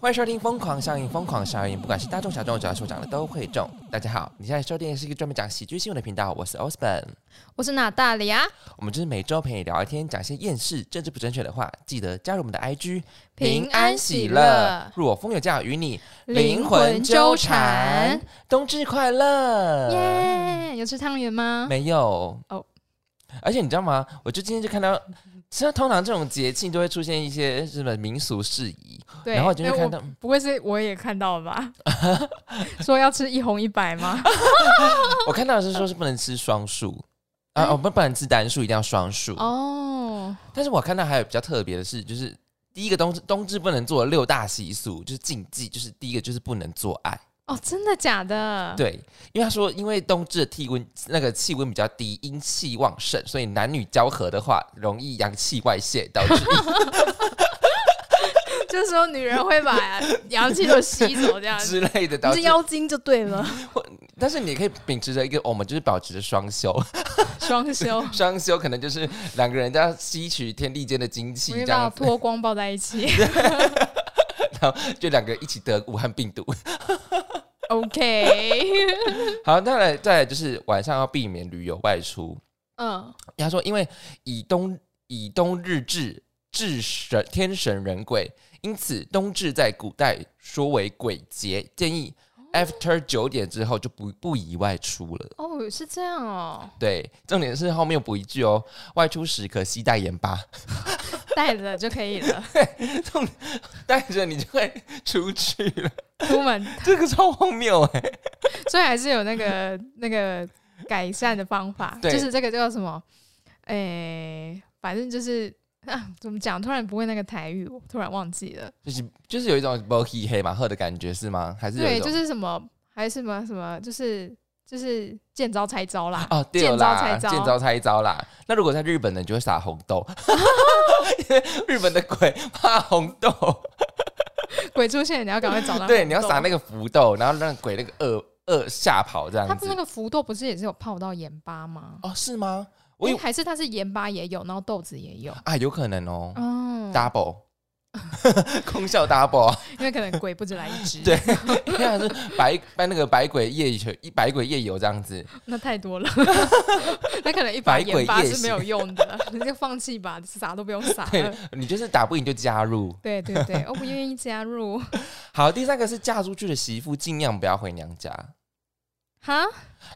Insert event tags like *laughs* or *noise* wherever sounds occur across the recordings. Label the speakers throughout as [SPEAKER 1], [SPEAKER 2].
[SPEAKER 1] 欢迎收听《疯狂效应》，疯狂效应，不管是大众小众，只要是我讲的都会中。大家好，你现在收听的是一个专门讲喜剧新闻的频道，我是 Osborn。
[SPEAKER 2] 我是娜大里啊，
[SPEAKER 1] 我们就是每周陪你聊一天，讲一些厌世、政治不正确的话。记得加入我们的 IG，
[SPEAKER 2] 平安喜乐
[SPEAKER 1] 若风有教，与你
[SPEAKER 2] 灵魂纠缠，
[SPEAKER 1] 冬至快乐！
[SPEAKER 2] 耶！有吃汤圆吗？
[SPEAKER 1] 呃没有
[SPEAKER 2] 哦
[SPEAKER 1] 而且你知道吗？我就今天就看到，像通常这种节庆都会出现一些什么民俗事宜，
[SPEAKER 2] 对，
[SPEAKER 1] 然后就会
[SPEAKER 2] 哎
[SPEAKER 1] 看
[SPEAKER 2] 我
[SPEAKER 1] 到，
[SPEAKER 2] 不会是我也看到
[SPEAKER 1] *laughs*
[SPEAKER 2] 了吧？说要吃一红一白吗？
[SPEAKER 1] 我看到的是说是不能吃双数。啊，
[SPEAKER 2] 哎
[SPEAKER 1] 哦不，不能吃单数，一定要双数。
[SPEAKER 2] *laughs* 哦，
[SPEAKER 1] 但是我看到还有比较特别的是，就是第一个冬至冬至不能做的六大习俗，就是禁忌，就是第一个就是不能做爱。
[SPEAKER 2] 哦，真的假的？，
[SPEAKER 1] 对，因为他说，因为冬至的气温那个气温比较低，阴气旺盛，所以男女交合的话，容易阳气外泄，导致
[SPEAKER 2] 就是说女人会把阳气都吸走，这
[SPEAKER 1] *laughs*
[SPEAKER 2] 样
[SPEAKER 1] 之
[SPEAKER 2] 子，
[SPEAKER 1] 类
[SPEAKER 2] *laughs*
[SPEAKER 1] 的
[SPEAKER 2] 你
[SPEAKER 1] 导
[SPEAKER 2] 是
[SPEAKER 1] 致。
[SPEAKER 2] 妖精就对了，
[SPEAKER 1] 但是你可以秉持着一个，我们就是保持着双修，
[SPEAKER 2] *laughs* 双修，
[SPEAKER 1] 双修可能就是两个人都要吸取天地间的精气，
[SPEAKER 2] 没
[SPEAKER 1] 这
[SPEAKER 2] 办法
[SPEAKER 1] 样
[SPEAKER 2] 脱光抱在
[SPEAKER 1] *laughs*
[SPEAKER 2] 一起。
[SPEAKER 1] 就两个人一起得武汉病毒。
[SPEAKER 2] OK，
[SPEAKER 1] 好，再来再来就是晚上要避免旅游外出。
[SPEAKER 2] 嗯，
[SPEAKER 1] 他说，因为以冬以冬日至至神天神人鬼，因此冬至在古代说为鬼节，建议 after 九点之后就不不宜外出了。
[SPEAKER 2] 哦，是这样哦，
[SPEAKER 1] 对，重点是后面有补一句哦，外出时可携带盐巴， *laughs*
[SPEAKER 2] 带着就可以了，
[SPEAKER 1] 带着你就会出去了。
[SPEAKER 2] 出门，
[SPEAKER 1] 这个超荒谬哎、
[SPEAKER 2] 所以还是有那个那个改善的方法，
[SPEAKER 1] 对
[SPEAKER 2] 就是这个叫什么？诶、反正就是啊，怎么讲？突然不会那个台语，我突然忘记了。
[SPEAKER 1] *laughs* 就是就是有一种 b o h 黑马赫的感觉是吗？还是有一
[SPEAKER 2] 对，
[SPEAKER 1] 种、
[SPEAKER 2] 就是什么，还是什么什么，就是就是见招拆招啦。
[SPEAKER 1] 哦，对
[SPEAKER 2] 见招
[SPEAKER 1] 啦，
[SPEAKER 2] 拆招
[SPEAKER 1] 见招拆招啦。那如果在日本呢，你就会撒红
[SPEAKER 2] *laughs*
[SPEAKER 1] 豆，因为日本的鬼怕红
[SPEAKER 2] *laughs*
[SPEAKER 1] 豆，
[SPEAKER 2] 鬼出现，你要赶快
[SPEAKER 1] *laughs*
[SPEAKER 2] 找到。
[SPEAKER 1] 对，你要撒那。个福豆，然后让鬼那个恶恶吓跑这
[SPEAKER 2] 他
[SPEAKER 1] 样
[SPEAKER 2] 不是那
[SPEAKER 1] 子。
[SPEAKER 2] 个福豆，不是也是有泡到盐巴吗？
[SPEAKER 1] 哦，是吗？我
[SPEAKER 2] 诶
[SPEAKER 1] 有
[SPEAKER 2] 还是它是盐巴也有，然后豆子也有。
[SPEAKER 1] 啊，有可能哦
[SPEAKER 2] 嗯，
[SPEAKER 1] ，double，空效
[SPEAKER 2] *laughs*
[SPEAKER 1] double，啊
[SPEAKER 2] 因为可能鬼不止来一只，
[SPEAKER 1] *laughs* 对因为它是白白那个百鬼夜游，一百鬼夜游这样子。
[SPEAKER 2] 那太多
[SPEAKER 1] *laughs*
[SPEAKER 2] 了，那可能一把
[SPEAKER 1] 百鬼
[SPEAKER 2] 盐巴
[SPEAKER 1] 夜
[SPEAKER 2] 是没有用的，你就放弃吧，啥都不用
[SPEAKER 1] *laughs*
[SPEAKER 2] 撒
[SPEAKER 1] 对
[SPEAKER 2] 了。
[SPEAKER 1] 你就是打不赢就加入。
[SPEAKER 2] 对对对，哦我不愿意加入。
[SPEAKER 1] 好，第三个是嫁出去的媳妇尽量不要回娘家。
[SPEAKER 2] 哈，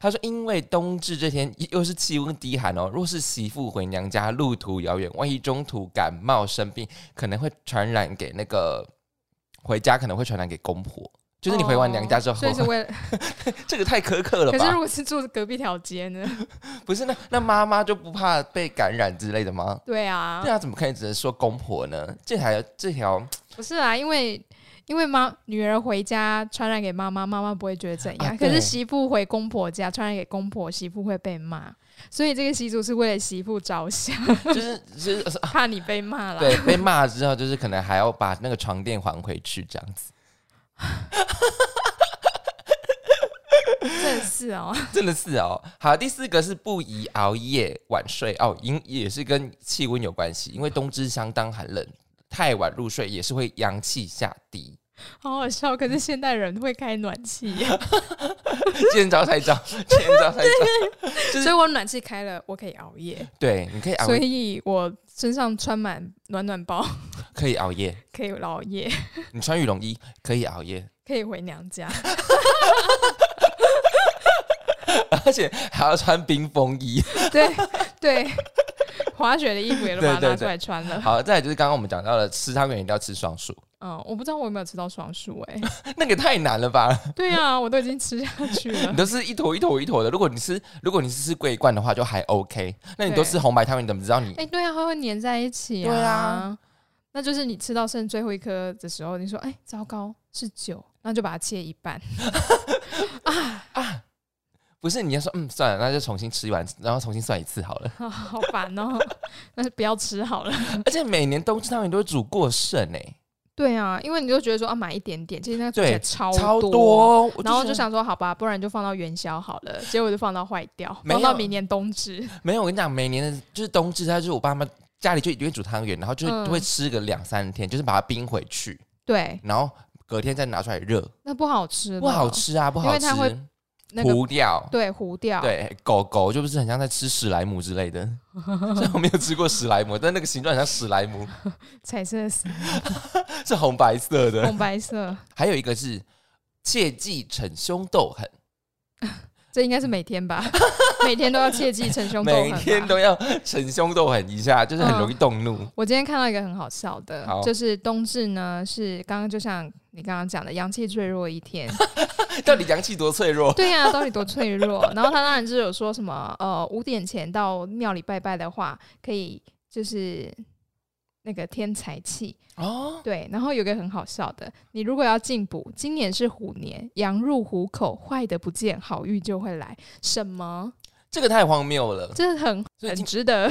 [SPEAKER 1] 他说，因为冬至这天又是气温低寒哦，若是媳妇回娘家路途遥远，万一中途感冒生病，可能会传染给那个回家，可能会传染给公婆。就是你回完娘家之
[SPEAKER 2] 哦
[SPEAKER 1] 后，
[SPEAKER 2] *laughs* 所以是为了。
[SPEAKER 1] 这个太苛刻了
[SPEAKER 2] 可是
[SPEAKER 1] 吧
[SPEAKER 2] 如？果是住隔壁条街呢？ *laughs*
[SPEAKER 1] 不是那那妈妈就不怕被感染之类的吗？
[SPEAKER 2] 对啊
[SPEAKER 1] 对，啊，怎么可以只能说公婆呢？这条这条
[SPEAKER 2] 不是啊，因为因为妈女儿回家传染给妈妈，妈妈不会觉得怎样。
[SPEAKER 1] 啊
[SPEAKER 2] 可
[SPEAKER 1] 对
[SPEAKER 2] 是媳妇回公婆家传染给公婆，媳妇会被骂。所以这个习俗是为了媳妇着想，
[SPEAKER 1] 就是就是 *laughs*
[SPEAKER 2] 怕你被骂了。
[SPEAKER 1] 啊对被骂之后，就是可能还要把那个床垫还回去这样子。
[SPEAKER 2] 真的是哦，
[SPEAKER 1] *laughs* 真的是哦。好，第四个是不宜熬夜晚睡哦，因也是跟气温有关系，因为冬至相当寒冷，太晚入睡也是会阳气下低。
[SPEAKER 2] 好好笑。可是现代人会开暖气耶。
[SPEAKER 1] 见招拆招，见招拆招。就是
[SPEAKER 2] 所以我暖气开了，我可以熬 *laughs* 夜，
[SPEAKER 1] 对，你可以熬
[SPEAKER 2] 所，以我身上穿满暖暖包，
[SPEAKER 1] 可以熬夜。
[SPEAKER 2] 可以熬夜， *laughs*
[SPEAKER 1] 你穿羽绒衣可以熬夜，
[SPEAKER 2] 可以回娘家。 *laughs*
[SPEAKER 1] 而且还要穿冰风衣。
[SPEAKER 2] 对对，滑雪的衣服也都把
[SPEAKER 1] 对
[SPEAKER 2] 它
[SPEAKER 1] 对
[SPEAKER 2] 拿出来穿了。
[SPEAKER 1] 好，再来就是刚刚我们讲到了吃汤圆一定要吃双数，
[SPEAKER 2] 嗯，我不知道我有没有吃到双数哎。 *laughs*
[SPEAKER 1] 那个太难了吧？
[SPEAKER 2] 对啊，我都已经吃下去了 *laughs*
[SPEAKER 1] 你。都是一坨一坨一坨的。如果你吃，如果你是吃桂冠的话就还 OK，那你都
[SPEAKER 2] 对
[SPEAKER 1] 吃红白汤圆，你怎么知道你
[SPEAKER 2] 哎、对啊，它会粘在一起
[SPEAKER 1] 对啊
[SPEAKER 2] 那就是你吃到剩最后一颗的时候，你说哎、糟糕，是九，那就把它切一半。 *laughs*
[SPEAKER 1] 不是，你要说嗯算了，那就重新吃一碗，然后重新算一次好了。
[SPEAKER 2] 啊好烦哦， *laughs* 那就不要吃好了。
[SPEAKER 1] 而且每年冬至汤圆都会煮过剩哎、
[SPEAKER 2] 对啊，因为你就觉得说啊，买一点点，其实那个煮
[SPEAKER 1] 对
[SPEAKER 2] 起来超
[SPEAKER 1] 超
[SPEAKER 2] 多哦
[SPEAKER 1] 多，哦我
[SPEAKER 2] 然后
[SPEAKER 1] 觉
[SPEAKER 2] 就
[SPEAKER 1] 得
[SPEAKER 2] 想说，好吧，不然就放到元宵好了。结果就放到坏掉，
[SPEAKER 1] 没有
[SPEAKER 2] 放到明年
[SPEAKER 1] *laughs*
[SPEAKER 2] 冬至。
[SPEAKER 1] 没有。我跟你讲，每年的就是冬至，它就是我爸妈家里就一定会煮汤圆，然后就会、
[SPEAKER 2] 嗯
[SPEAKER 1] 会吃个两三天，就是把它冰回去，
[SPEAKER 2] 对，
[SPEAKER 1] 然后隔天再拿出来热，
[SPEAKER 2] 那不好吃，
[SPEAKER 1] 不好，吃啊，不好吃，
[SPEAKER 2] 因为它会那个
[SPEAKER 1] 糊掉。
[SPEAKER 2] 对啊糊掉，，
[SPEAKER 1] 对，狗狗就不是很像在吃史莱姆之类的， *laughs* 虽然我没有吃过史莱姆，但那个形状很像史莱姆，
[SPEAKER 2] 彩色是
[SPEAKER 1] 是红白色的。
[SPEAKER 2] 红白色，
[SPEAKER 1] 还有一个是切忌逞凶斗狠，
[SPEAKER 2] 这应该是每
[SPEAKER 1] *laughs*
[SPEAKER 2] 天吧，每天都要切记逞凶斗狠
[SPEAKER 1] 每
[SPEAKER 2] 吧。
[SPEAKER 1] 天都要逞凶斗狠一下，就是
[SPEAKER 2] 嗯
[SPEAKER 1] 很容易动怒。 *laughs*
[SPEAKER 2] 我今天看到一个很好笑的
[SPEAKER 1] 好，
[SPEAKER 2] 就是冬至呢是刚刚就像你刚刚讲的，阳气最弱一
[SPEAKER 1] *laughs*
[SPEAKER 2] 天，
[SPEAKER 1] 到底阳气多脆弱？
[SPEAKER 2] 对呀、到底多脆弱？然后他当然就是有说什么，呃，五点前到庙里拜拜的话，可以就是那个添财气。
[SPEAKER 1] 哦，
[SPEAKER 2] 对，然后有个很好笑的，你如果要进补，今年是虎年，羊入虎口，坏的不见，好运就会来。什么？
[SPEAKER 1] 这个太荒谬了。
[SPEAKER 2] 这很
[SPEAKER 1] 所以
[SPEAKER 2] 很
[SPEAKER 1] 今 *laughs*
[SPEAKER 2] 值得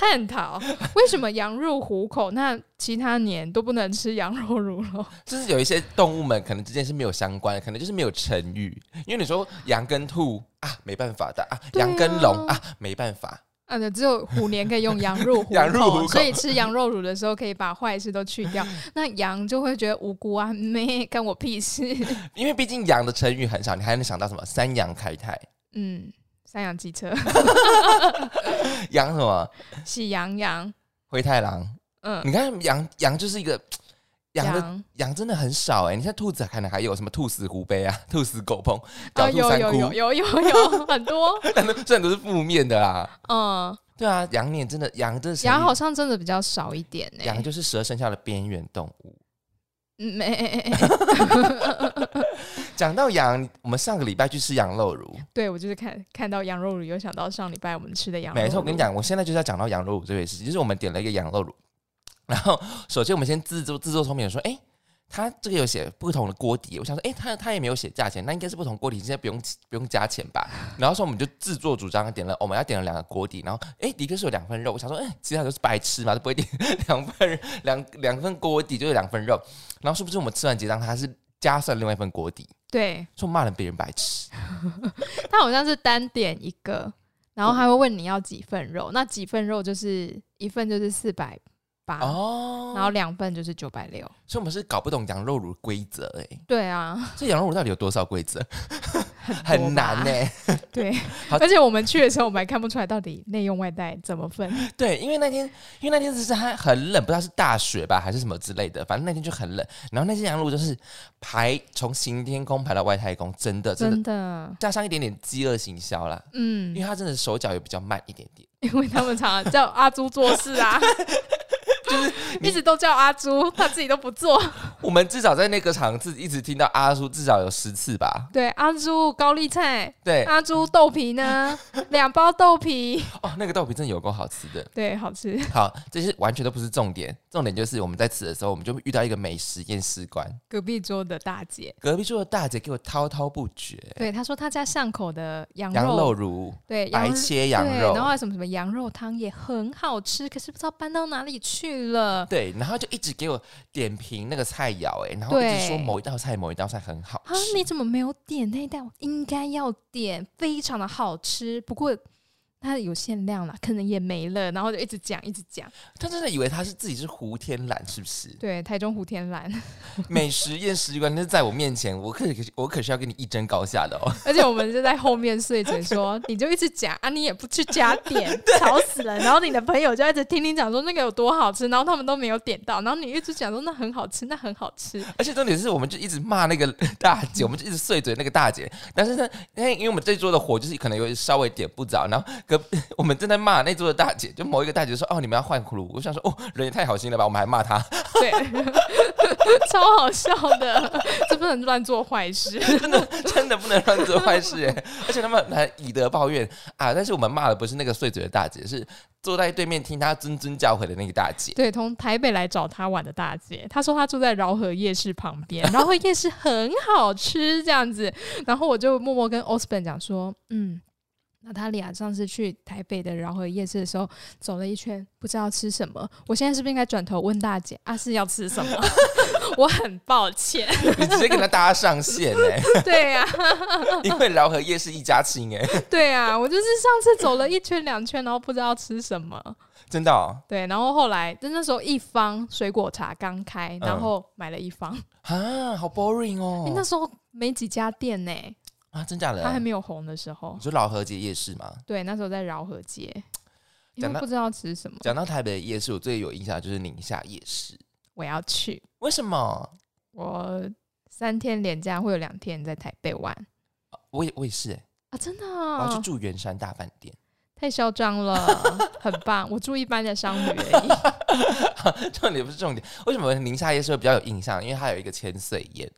[SPEAKER 2] 探讨。为什么羊入虎口，那其他年都不能吃羊肉乳酪？
[SPEAKER 1] 就是有一些动物们可能之间是没有相关的，可能就是没有成语。因为你说羊跟兔啊，没办法的啊；
[SPEAKER 2] 对啊
[SPEAKER 1] 羊跟龙啊，没办法。
[SPEAKER 2] 啊，对，只有虎年可以用羊入
[SPEAKER 1] *laughs*
[SPEAKER 2] 虎
[SPEAKER 1] 羊入虎口
[SPEAKER 2] 所以吃羊肉乳的时候可以把坏事都去
[SPEAKER 1] *laughs*
[SPEAKER 2] 掉，那羊就会觉得无辜啊，没干我屁事。 *laughs*
[SPEAKER 1] 因为毕竟羊的成语很少，你还能想到什么？三羊开泰，
[SPEAKER 2] 嗯，三羊机车，
[SPEAKER 1] 羊什么？
[SPEAKER 2] 喜羊羊，
[SPEAKER 1] 灰太狼。
[SPEAKER 2] 嗯，
[SPEAKER 1] 你看羊，羊就是一个羊的
[SPEAKER 2] 羊
[SPEAKER 1] 羊真的很少哎、你看兔子可能还有什么兔死狐悲啊，兔死狗烹，
[SPEAKER 2] 啊，
[SPEAKER 1] 狡兔
[SPEAKER 2] 有
[SPEAKER 1] 三
[SPEAKER 2] 有有
[SPEAKER 1] 窟，
[SPEAKER 2] 有有有很多，
[SPEAKER 1] *laughs* 但都虽然都是负面的啦。
[SPEAKER 2] 嗯，
[SPEAKER 1] *laughs* 对啊，羊年真的羊真的是
[SPEAKER 2] 羊好欸像真的比较少一点呢、
[SPEAKER 1] 羊就是十二生肖的边缘动物。
[SPEAKER 2] 嗯没、
[SPEAKER 1] *laughs* 讲到羊，我们上个礼拜去吃羊肉乳，
[SPEAKER 2] 对我就是看看到羊肉乳，又想到上礼拜我们吃的羊肉乳，
[SPEAKER 1] 没错，我跟你，讲，我现在就是要讲到羊肉乳这件事情，就是我们点了一个羊肉乳，然后首先我们先自作自作聪明地说，哎、它这个有写不同的锅底，我想说，哎、它它也没有写价钱，那应该是不同锅底，现在不用不用加钱吧？然后说我们就自作主张地点了，我们要点了两个锅底，然后哎、的确是有两份肉，我想说，哎、其他都是白吃嘛，都不会点两份两两份锅底就是两份肉，然后是不是我们吃完结账，它是加算另外一份锅底，
[SPEAKER 2] 对
[SPEAKER 1] 说骂人别人白痴，
[SPEAKER 2] 他好像是单点一个，然后他会问你要几份肉，那几份肉就是一份就是四百八，
[SPEAKER 1] 哦，
[SPEAKER 2] 然后两份就是九百六。
[SPEAKER 1] 所以我们是搞不懂羊肉乳的规则哎、
[SPEAKER 2] 对啊，
[SPEAKER 1] 这羊肉炉到底有多少规则？ *laughs* 很难呢、
[SPEAKER 2] 对
[SPEAKER 1] 好，
[SPEAKER 2] 而且我们去的时候，我们还看不出来到底内用外带怎么分。
[SPEAKER 1] 对，因为那天，因为那天只是它很冷，不知道是大雪吧还是什么之类的，反正那天就很冷。然后那些羊肉炉就是排从行天宫排到外太空，真的真的
[SPEAKER 2] 真的，
[SPEAKER 1] 加上一点点饥饿行销啦，
[SPEAKER 2] 嗯
[SPEAKER 1] 因为，它真的手脚也比较慢一点点。
[SPEAKER 2] *laughs* 因为他们常常叫阿朱做事
[SPEAKER 1] *laughs*
[SPEAKER 2] 啊，就是一直都叫阿朱，他自己都不做。
[SPEAKER 1] 我们至少在那个场次一直听到阿叔至少有十次吧。
[SPEAKER 2] *laughs* 对，阿朱高丽菜，
[SPEAKER 1] 对，
[SPEAKER 2] 阿朱豆
[SPEAKER 1] *laughs*
[SPEAKER 2] 皮呢，两包豆皮，
[SPEAKER 1] 哦，那个豆皮真的有够好吃的。
[SPEAKER 2] 对，好吃。
[SPEAKER 1] 好，这些完全都不是重点，重点就是我们在吃的时候，我们就遇到一个美食验尸官，
[SPEAKER 2] 隔壁桌的大姐，
[SPEAKER 1] 隔壁桌的大姐给我滔滔不绝。
[SPEAKER 2] 对，她说她家巷口的羊
[SPEAKER 1] 哎羊肉乳、
[SPEAKER 2] 对，
[SPEAKER 1] 白
[SPEAKER 2] 羊
[SPEAKER 1] 切羊
[SPEAKER 2] 对
[SPEAKER 1] 肉
[SPEAKER 2] 然后，还有什么什么羊肉汤也很好吃，可是不知道搬到哪里去了。
[SPEAKER 1] 对，然后就一直给我点评那个菜肴，哎，然后一直
[SPEAKER 2] 对
[SPEAKER 1] 说某一道菜某一道菜很好
[SPEAKER 2] 啊
[SPEAKER 1] 吃，！
[SPEAKER 2] 你怎么没有点那一道？应该要点，非常的好吃。不过它有限量啦，可能也没了。然后就一直讲，一直讲。？
[SPEAKER 1] 他真的以为他是自己是胡天懒是不是
[SPEAKER 2] 对，台中胡天蓝，
[SPEAKER 1] 美食验食官，那在我面前，我可我可是要跟你一争高下的哦。
[SPEAKER 2] *laughs*
[SPEAKER 1] *laughs*
[SPEAKER 2] 而且我们就在后面碎嘴说，你就一直讲啊，你也不去加点，吵死了。然后你的朋友就一直听你讲说那个有多好吃，然后他们都没有点到，然后你一直讲说那很好吃，那很好吃。
[SPEAKER 1] 而且重点是，我们就一直骂那个大姐，我们就一直碎嘴那个大姐。但是呢，那因为我们这桌的火就是可能有稍微点不着，然后隔 *laughs* 我们正在骂那桌的大姐，就某一个大姐说：“哦，你们要换葫芦。”我想说：“哦，人也太好心了吧！”我们还骂她。
[SPEAKER 2] 对， *laughs* 超好笑的，这不能乱做坏事。
[SPEAKER 1] 真的
[SPEAKER 2] *laughs*
[SPEAKER 1] 真的不能乱做坏事哎！而且他们还以德报怨啊！但是我们骂的不是那个碎嘴的大姐，是坐在对面听她谆谆教诲的那个大姐。
[SPEAKER 2] 对，从台北来找他玩的大姐，她说她住在饶河夜市旁边，饶河夜市很好吃这样子。然后我就默默跟 Osborn 讲说，嗯，娜塔莉亚上次去台北的饶河夜市的时候，走了一圈，不知道吃什么。我现在是不是应该转头问大姐，啊是要吃什么？ *laughs* 我很抱歉， *laughs*
[SPEAKER 1] 你直接跟她搭上线哎，
[SPEAKER 2] 对啊呀、
[SPEAKER 1] 因为饶河夜市一家亲哎，
[SPEAKER 2] 啊对呀、我就是上次走了一圈两圈，然后不知道吃什么。
[SPEAKER 1] 真的、哦、
[SPEAKER 2] 对，然后后来就那时候一方水果茶刚开，然
[SPEAKER 1] 嗯
[SPEAKER 2] 后买了一方。
[SPEAKER 1] 啊，好 boring 哦
[SPEAKER 2] 欸、。那时候没几家店呢、
[SPEAKER 1] 啊，真假的？
[SPEAKER 2] 它还没有红的时候
[SPEAKER 1] 你，说老河街夜市吗？
[SPEAKER 2] 对，那时候在饶河街，因
[SPEAKER 1] 讲
[SPEAKER 2] 为
[SPEAKER 1] 到
[SPEAKER 2] 不知道吃什么，
[SPEAKER 1] 讲到台北的夜市，我最有印象的就是宁夏夜市。
[SPEAKER 2] 我要去。
[SPEAKER 1] 为什么？
[SPEAKER 2] 我三天连假会有两天在台北玩
[SPEAKER 1] 啊我也我也是、欸，
[SPEAKER 2] 啊，真的
[SPEAKER 1] 我要
[SPEAKER 2] 啊、
[SPEAKER 1] 去住圆山大饭店， *laughs*
[SPEAKER 2] 太嚣张了，很棒。我住一般的商旅而
[SPEAKER 1] *laughs*
[SPEAKER 2] 已，
[SPEAKER 1] 重点不是重点。为什么宁夏夜市会比较有印象？因为它有一个千岁宴，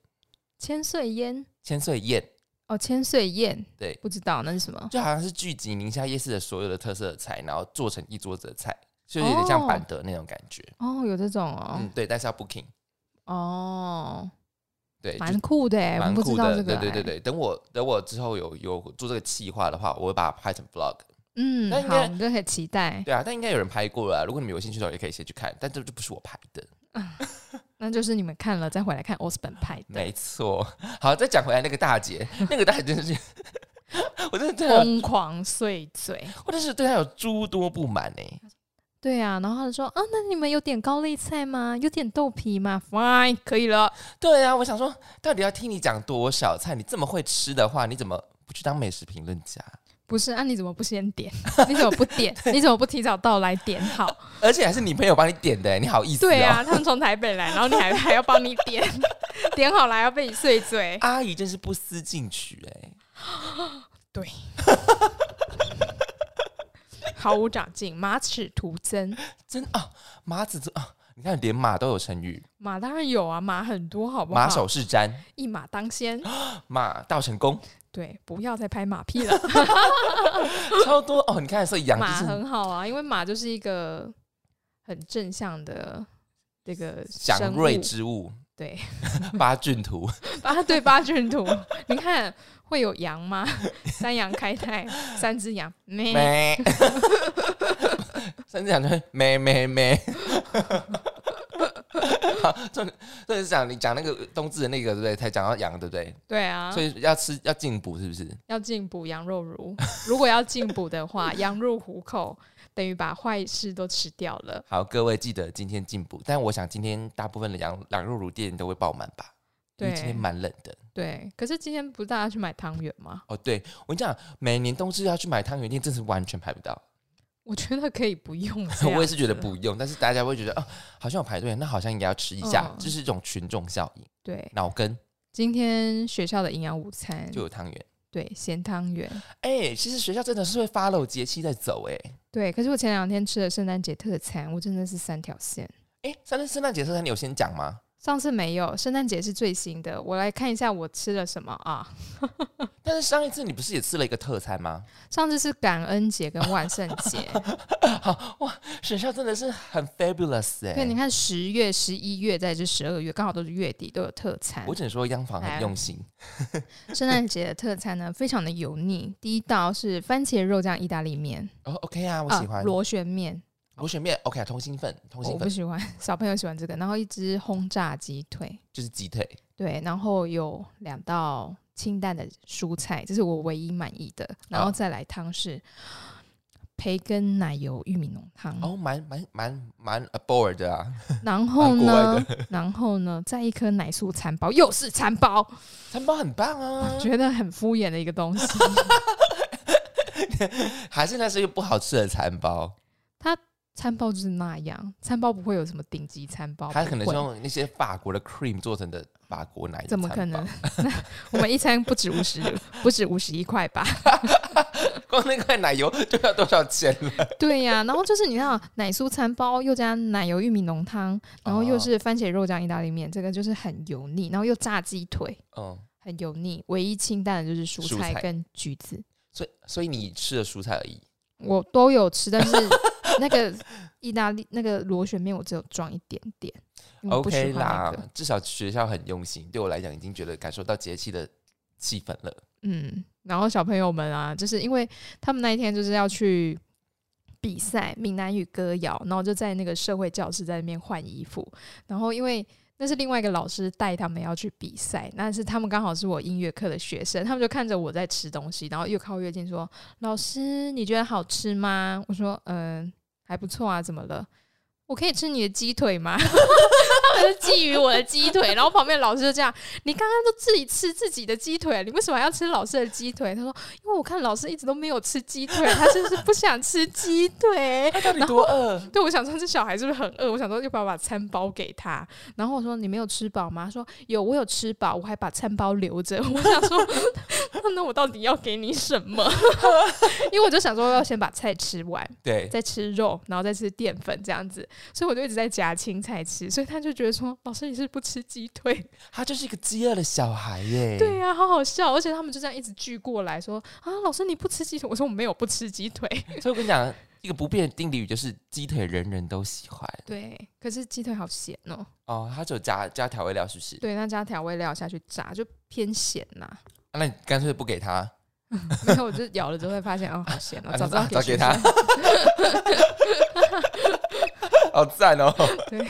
[SPEAKER 2] 千岁烟
[SPEAKER 1] 千岁宴
[SPEAKER 2] 哦，千岁宴，
[SPEAKER 1] 对
[SPEAKER 2] 不知道那是什么。
[SPEAKER 1] 就好像是聚集宁夏夜市的所有的特色的菜，然后做成一桌子的菜，就有点像板德那种感觉。
[SPEAKER 2] 哦，有这种哦，
[SPEAKER 1] 嗯，对，但是要 booking，
[SPEAKER 2] 哦，
[SPEAKER 1] 对，就
[SPEAKER 2] 蛮酷的哎，
[SPEAKER 1] 蛮
[SPEAKER 2] 我不知
[SPEAKER 1] 酷
[SPEAKER 2] 道
[SPEAKER 1] 的。
[SPEAKER 2] 这
[SPEAKER 1] 对
[SPEAKER 2] 个欸，
[SPEAKER 1] 对对对，等我等我之后有有做这个企划的话，我会把它拍成 vlog。
[SPEAKER 2] 嗯
[SPEAKER 1] 那，应
[SPEAKER 2] 好，
[SPEAKER 1] 该
[SPEAKER 2] 我们就可以期待，
[SPEAKER 1] 对啊，但应该有人拍过了啊。如果你们有兴趣的话，也可以先去看。但这就不是我拍的，
[SPEAKER 2] 那就是你们看了再回来看 Osborne 拍的，
[SPEAKER 1] 没错。 *laughs* 好，再讲回来那个大
[SPEAKER 2] *laughs*
[SPEAKER 1] 姐，那个大姐真的是， *laughs* 我真的对她有，
[SPEAKER 2] 疯狂碎嘴。
[SPEAKER 1] 我真是对她有诸多不满欸呢、
[SPEAKER 2] 对啊，然后他就说啊，那你们有点高丽菜吗？有点豆皮吗？Fine，可以了。
[SPEAKER 1] 对啊，我想说，到底要听你讲多少菜？你这么会吃的话，你怎么不去当美食评论家？
[SPEAKER 2] 不是，啊，你怎么不先点？你怎么不 *laughs* 点？你怎么不提早到来点好？
[SPEAKER 1] 而且还是你朋友帮你点的、你好意思、哦？
[SPEAKER 2] *laughs* 对啊，他们从台北来，然后你还 *laughs* 还要帮你点，点好了还要被你碎嘴。
[SPEAKER 1] 阿姨真是不思进取哎、
[SPEAKER 2] 毫无长进，马齿徒增。
[SPEAKER 1] 真啊，马子这啊，你看连马都有成语，
[SPEAKER 2] 马当然有啊，马很多，好不好？
[SPEAKER 1] 马首是瞻，
[SPEAKER 2] 一马当先。
[SPEAKER 1] 马到成
[SPEAKER 2] *laughs*
[SPEAKER 1] 功，
[SPEAKER 2] 对，不要再拍马屁
[SPEAKER 1] *laughs*
[SPEAKER 2] 了。
[SPEAKER 1] 超多哦。你看，所以杨
[SPEAKER 2] 马
[SPEAKER 1] 就是
[SPEAKER 2] 很好啊，因为马就是一个很正向的这个
[SPEAKER 1] 祥
[SPEAKER 2] 生
[SPEAKER 1] 瑞
[SPEAKER 2] 物
[SPEAKER 1] 之物，
[SPEAKER 2] 对
[SPEAKER 1] *laughs* 八骏图。
[SPEAKER 2] 八对八骏图，你看会有羊吗？三羊开泰，三只羊， *laughs* 咩
[SPEAKER 1] 咩， *laughs* 甚至讲就会咩咩咩。 *laughs* 好，重点重点是讲你讲那个冬至的那个对不对？才讲到羊对不对？
[SPEAKER 2] 对啊
[SPEAKER 1] 所，以要吃要进补是不是？
[SPEAKER 2] 要进补羊肉炉。如果要进补的话，羊入虎口，等于把坏事都吃掉了。
[SPEAKER 1] 好，各位记得今天进补，但我想今天大部分的羊羊肉乳店都会爆满吧？因为今天
[SPEAKER 2] 对
[SPEAKER 1] 蛮冷的。
[SPEAKER 2] 对，可是今天不是大家去买汤圆吗？
[SPEAKER 1] 哦，对我跟你讲，每年冬至要去买汤圆店，真是完全排不到。
[SPEAKER 2] 我觉得可以不用这
[SPEAKER 1] *laughs*
[SPEAKER 2] 样
[SPEAKER 1] 我也是觉得不用，但是大家会觉得哦，好像有排队，那好像应该要吃一下，
[SPEAKER 2] 嗯
[SPEAKER 1] 这是一种群众效应，
[SPEAKER 2] 对。
[SPEAKER 1] 脑根
[SPEAKER 2] 今天学校的营养午餐，
[SPEAKER 1] 就有汤圆。
[SPEAKER 2] 对咸汤圆，
[SPEAKER 1] 哎、其实学校真的是会 follow 节气在走、哎。
[SPEAKER 2] 对。可是我前两天吃的圣诞节特餐，我真的是三条线。
[SPEAKER 1] 哎，上次圣诞节的时候，你有先讲吗？
[SPEAKER 2] 上次没有，圣诞节是最新的。我来看一下我吃了什么啊？
[SPEAKER 1] 但是上一次你不是也吃了一个特餐吗？ *laughs*
[SPEAKER 2] 上次是感恩节跟万圣节，
[SPEAKER 1] 学校真的是很 fabulous 哎、
[SPEAKER 2] 对，你看十月、十一月，再就是十二月，刚好都是月底，都有特餐
[SPEAKER 1] 我。只能说央房很用心，
[SPEAKER 2] 圣诞节的特餐呢，非常的油腻。第一道是番茄肉酱意大利面，
[SPEAKER 1] 哦，OK 啊，我
[SPEAKER 2] 啊
[SPEAKER 1] 喜欢
[SPEAKER 2] 螺旋面，
[SPEAKER 1] 螺旋面，OK 啊，通心粉，通
[SPEAKER 2] 我
[SPEAKER 1] 心
[SPEAKER 2] 不
[SPEAKER 1] 粉
[SPEAKER 2] 喜欢， *laughs* 小朋友喜欢这个。然后一只轰炸鸡腿，
[SPEAKER 1] 就是鸡腿，
[SPEAKER 2] 对，然后有两道清淡的蔬菜，这是我唯一满意的。然后
[SPEAKER 1] 啊
[SPEAKER 2] 再来汤是培根奶油玉米浓汤。
[SPEAKER 1] 哦，蛮蛮蛮蛮 aboard 的啊，
[SPEAKER 2] 然后
[SPEAKER 1] 国外
[SPEAKER 2] 呢， *laughs* 然后呢，再一颗奶酥餐包，又是餐 *laughs* 包，
[SPEAKER 1] 餐包很棒啊，
[SPEAKER 2] 觉得很敷衍的一个东西。 *laughs* 嗯
[SPEAKER 1] 还是那是一个不好吃的餐包，
[SPEAKER 2] 餐包就是那样，餐包不会有什么顶级餐包，
[SPEAKER 1] 它可能
[SPEAKER 2] 不
[SPEAKER 1] 是
[SPEAKER 2] 会
[SPEAKER 1] 用那些法国的 cream 做成的法国奶油，
[SPEAKER 2] 怎么可能？？ *laughs* 我们一餐不止五十， *laughs* 不止五十一块吧？
[SPEAKER 1] *laughs* 光那块奶油就要多少钱了？ *laughs*
[SPEAKER 2] 对呀、然后就是你看奶酥餐包，又加奶油玉米浓
[SPEAKER 1] 哦
[SPEAKER 2] 汤，然后又是番茄肉酱意大利面，这个就是很油腻，然后又炸鸡腿，
[SPEAKER 1] 嗯，
[SPEAKER 2] 很油腻。唯一清淡的就是蔬
[SPEAKER 1] 蔬
[SPEAKER 2] 菜
[SPEAKER 1] 菜
[SPEAKER 2] 跟橘子。
[SPEAKER 1] 所以所以你吃了蔬菜而已，
[SPEAKER 2] 我都有吃，但是那个意大利那个螺旋面我只有装一点点，因嗯为我不喜
[SPEAKER 1] OK
[SPEAKER 2] 欢那
[SPEAKER 1] 啦
[SPEAKER 2] 个。，
[SPEAKER 1] 至少学校很用心，对我来讲已经觉得感受到节气的气氛
[SPEAKER 2] *laughs*
[SPEAKER 1] 了。
[SPEAKER 2] 嗯，然后小朋友们啊，就是因为他们那一天就是要去比赛闽南语歌谣，然后就在那个社会教室在那边换衣服，然后因为。那是另外一个老师带他们要去比赛，但是他们刚好是我音乐课的学生，他们就看着我在吃东西，然后越靠越近说：“老师，你觉得好吃吗？”我说：“嗯、还不错啊，怎么了？我可以吃你的鸡腿吗？ *laughs* 他们就觊觎我的鸡腿，然后旁边的老师就这样：“你刚刚都自己吃自己的鸡腿，你为什么还要吃老师的鸡腿？”他说：“因为我看老师一直都没有吃鸡腿，他就是不想吃鸡腿。” *laughs*
[SPEAKER 1] 他到底多饿？
[SPEAKER 2] 对，我想说这小孩是不是很饿？我想说要不要把餐包给他？然后我说你没有吃饱吗？他说有，我有吃饱，我还把餐包留着。 *laughs* 我想说，那我到底要给你什么？ *laughs* 因为我就想说要先把菜吃完，
[SPEAKER 1] 对，
[SPEAKER 2] 再吃肉，然后再吃淀粉这样子，所以我就一直在夹青菜吃。所以他就觉得说，老师你是不吃鸡腿？
[SPEAKER 1] 他就是一个饥饿的小孩耶。
[SPEAKER 2] 对啊呀、好好笑。而且他们就这样一直聚过来说啊，老师你不吃鸡腿？我 *laughs* 说我没有不吃鸡腿。
[SPEAKER 1] 所以我跟你讲，一个不变的定理就是鸡腿人人都喜欢
[SPEAKER 2] *laughs* 对，可是鸡腿好咸哦、
[SPEAKER 1] 哦。他只有加加调味料，是不是？
[SPEAKER 2] 对，那加调味料下去炸，就偏咸呐、 *laughs*
[SPEAKER 1] 啊那你干脆不给他，
[SPEAKER 2] 没有，我就咬了之后会发现，哦，好咸哦，
[SPEAKER 1] 啊
[SPEAKER 2] 早知道
[SPEAKER 1] 早
[SPEAKER 2] 给
[SPEAKER 1] 给
[SPEAKER 2] 学
[SPEAKER 1] 他
[SPEAKER 2] 生。
[SPEAKER 1] 好赞
[SPEAKER 2] *laughs*
[SPEAKER 1] 哦！
[SPEAKER 2] *laughs* 对，哦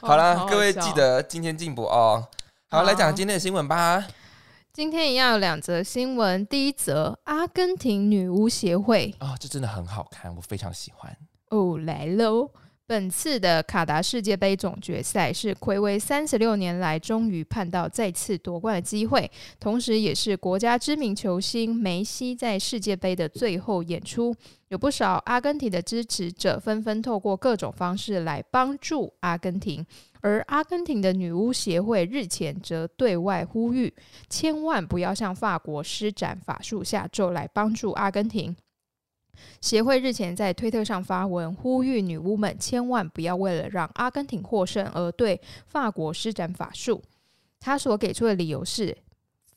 [SPEAKER 1] 好啦，
[SPEAKER 2] 好
[SPEAKER 1] 各位
[SPEAKER 2] 笑
[SPEAKER 1] 记得今天进步哦。好，
[SPEAKER 2] 好
[SPEAKER 1] 来讲今天的新闻吧。
[SPEAKER 2] 今天一样有两则新闻。第一则，阿根廷女巫协会
[SPEAKER 1] 哦，这真的很好看，我非常喜欢。
[SPEAKER 2] 哦来喽。本次的卡达世界杯总决赛是暌违三十六年来终于盼到再次夺冠的机会，同时也是国家知名球星梅西在世界杯的最后演出。有不少阿根廷的支持者纷纷透过各种方式来帮助阿根廷，而阿根廷的女巫协会日前则对外呼吁，千万不要向法国施展法术下咒来帮助阿根廷。协会日前在推特上发文，呼吁女巫们千万不要为了让阿根廷获胜而对法国施展法术。他所给出的理由是，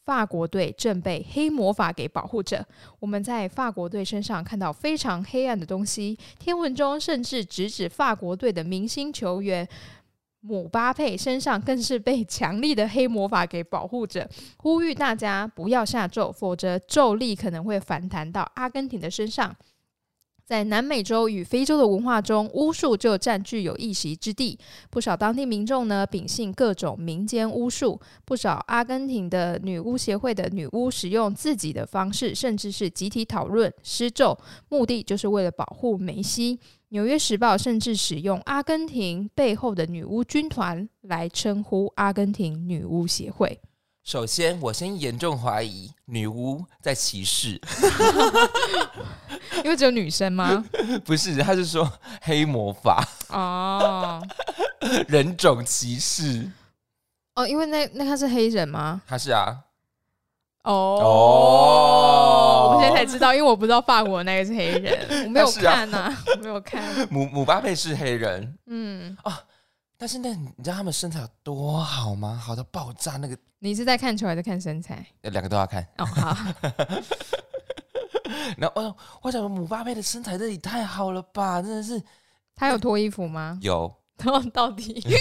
[SPEAKER 2] 法国队正被黑魔法给保护着。我们在法国队身上看到非常黑暗的东西，天文中甚至直指法国队的明星球员。姆巴佩身上更是被强力的黑魔法给保护着，呼吁大家不要下咒，否则咒力可能会反弹到阿根廷的身上。在南美洲与非洲的文化中，巫术就占据有一席之地。不少当地民众呢，秉性各种民间巫术。不少阿根廷的女巫协会的女巫使用自己的方式，甚至是集体讨论施咒，目的就是为了保护梅西。《纽约时报》甚至使用“阿根廷背后的女巫军团”来称呼阿根廷女巫协会。
[SPEAKER 1] 首先，我先严重怀疑女巫在歧视，
[SPEAKER 2] *laughs*
[SPEAKER 1] *laughs*
[SPEAKER 2] 因为只有女生吗？ *laughs*
[SPEAKER 1] 不是，他是说黑魔法、
[SPEAKER 2] 哦
[SPEAKER 1] 人种歧视。
[SPEAKER 2] 哦，因为那那他是黑人吗？
[SPEAKER 1] 他是啊，
[SPEAKER 2] 哦
[SPEAKER 1] 哦，啊
[SPEAKER 2] 我现在才知道，因为我不知道法国那个是黑人，我没有看呐、我没有看。
[SPEAKER 1] 姆姆巴佩是黑人，
[SPEAKER 2] 嗯，
[SPEAKER 1] 但是那你知道他们身材有多好吗？好到爆炸，那个
[SPEAKER 2] 你是在看球还是看身材？
[SPEAKER 1] 呃两个都要看。
[SPEAKER 2] 哦，好，
[SPEAKER 1] 然后，哦，我想姆巴佩的身材这里太好了吧，真的是
[SPEAKER 2] 他有脱衣服吗？
[SPEAKER 1] 有，
[SPEAKER 2] 然后 *laughs* 到底
[SPEAKER 1] 因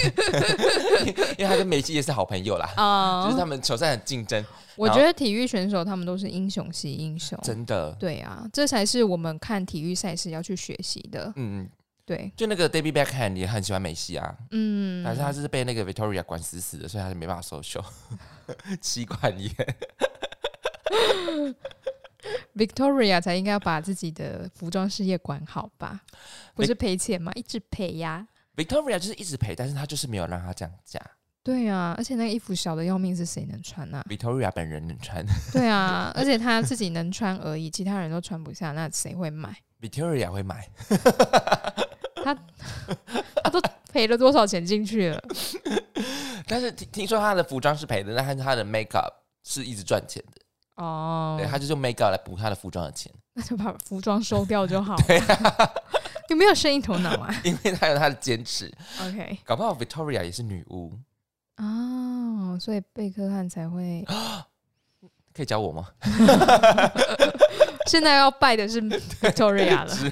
[SPEAKER 1] 为他跟梅西也是好朋友啦，
[SPEAKER 2] 啊
[SPEAKER 1] 就是他们球赛很竞争，
[SPEAKER 2] 我觉得体育选手他们都是英雄惜英雄，
[SPEAKER 1] 真的。
[SPEAKER 2] 对啊，这才是我们看体育赛事要去学习的。
[SPEAKER 1] 嗯，
[SPEAKER 2] 对，
[SPEAKER 1] 就那个 David Beckham 也很喜欢梅西啊，
[SPEAKER 2] 嗯，
[SPEAKER 1] 但是他是被那个 Victoria 管死死的，所以他是没办法收 *laughs* 秀，妻管严。
[SPEAKER 2] Victoria 才应该要把自己的服装事业管好吧？不是赔钱吗？一直赔呀。
[SPEAKER 1] Victoria 就是一直陪，但是他就是没有让他降价。
[SPEAKER 2] 对啊，而且那个衣服小的要命，是谁能穿啊？
[SPEAKER 1] Victoria 本人能穿 *laughs*
[SPEAKER 2] 对啊，而且他自己能穿而已，其他人都穿不下，那谁会买？
[SPEAKER 1] ，Victoria 会买。
[SPEAKER 2] *laughs* 他都赔了多少钱进去了？
[SPEAKER 1] 但是听听说他的服装是赔的，但是他的 makeup 是一直赚钱的，
[SPEAKER 2] 哦
[SPEAKER 1] 对，，他就是用 makeup 来补他的服装的钱，啊
[SPEAKER 2] 那就把服装收掉就好了。有没有生意头脑
[SPEAKER 1] *laughs*
[SPEAKER 2] 啊
[SPEAKER 1] 因为他有他的坚持。
[SPEAKER 2] ？OK，
[SPEAKER 1] 搞不好 Victoria 也是女巫，
[SPEAKER 2] 哦，所以贝克汉才会
[SPEAKER 1] 可以教我吗？
[SPEAKER 2] 现在要拜
[SPEAKER 1] *laughs*
[SPEAKER 2] 的是 Victoria 了。
[SPEAKER 1] 是。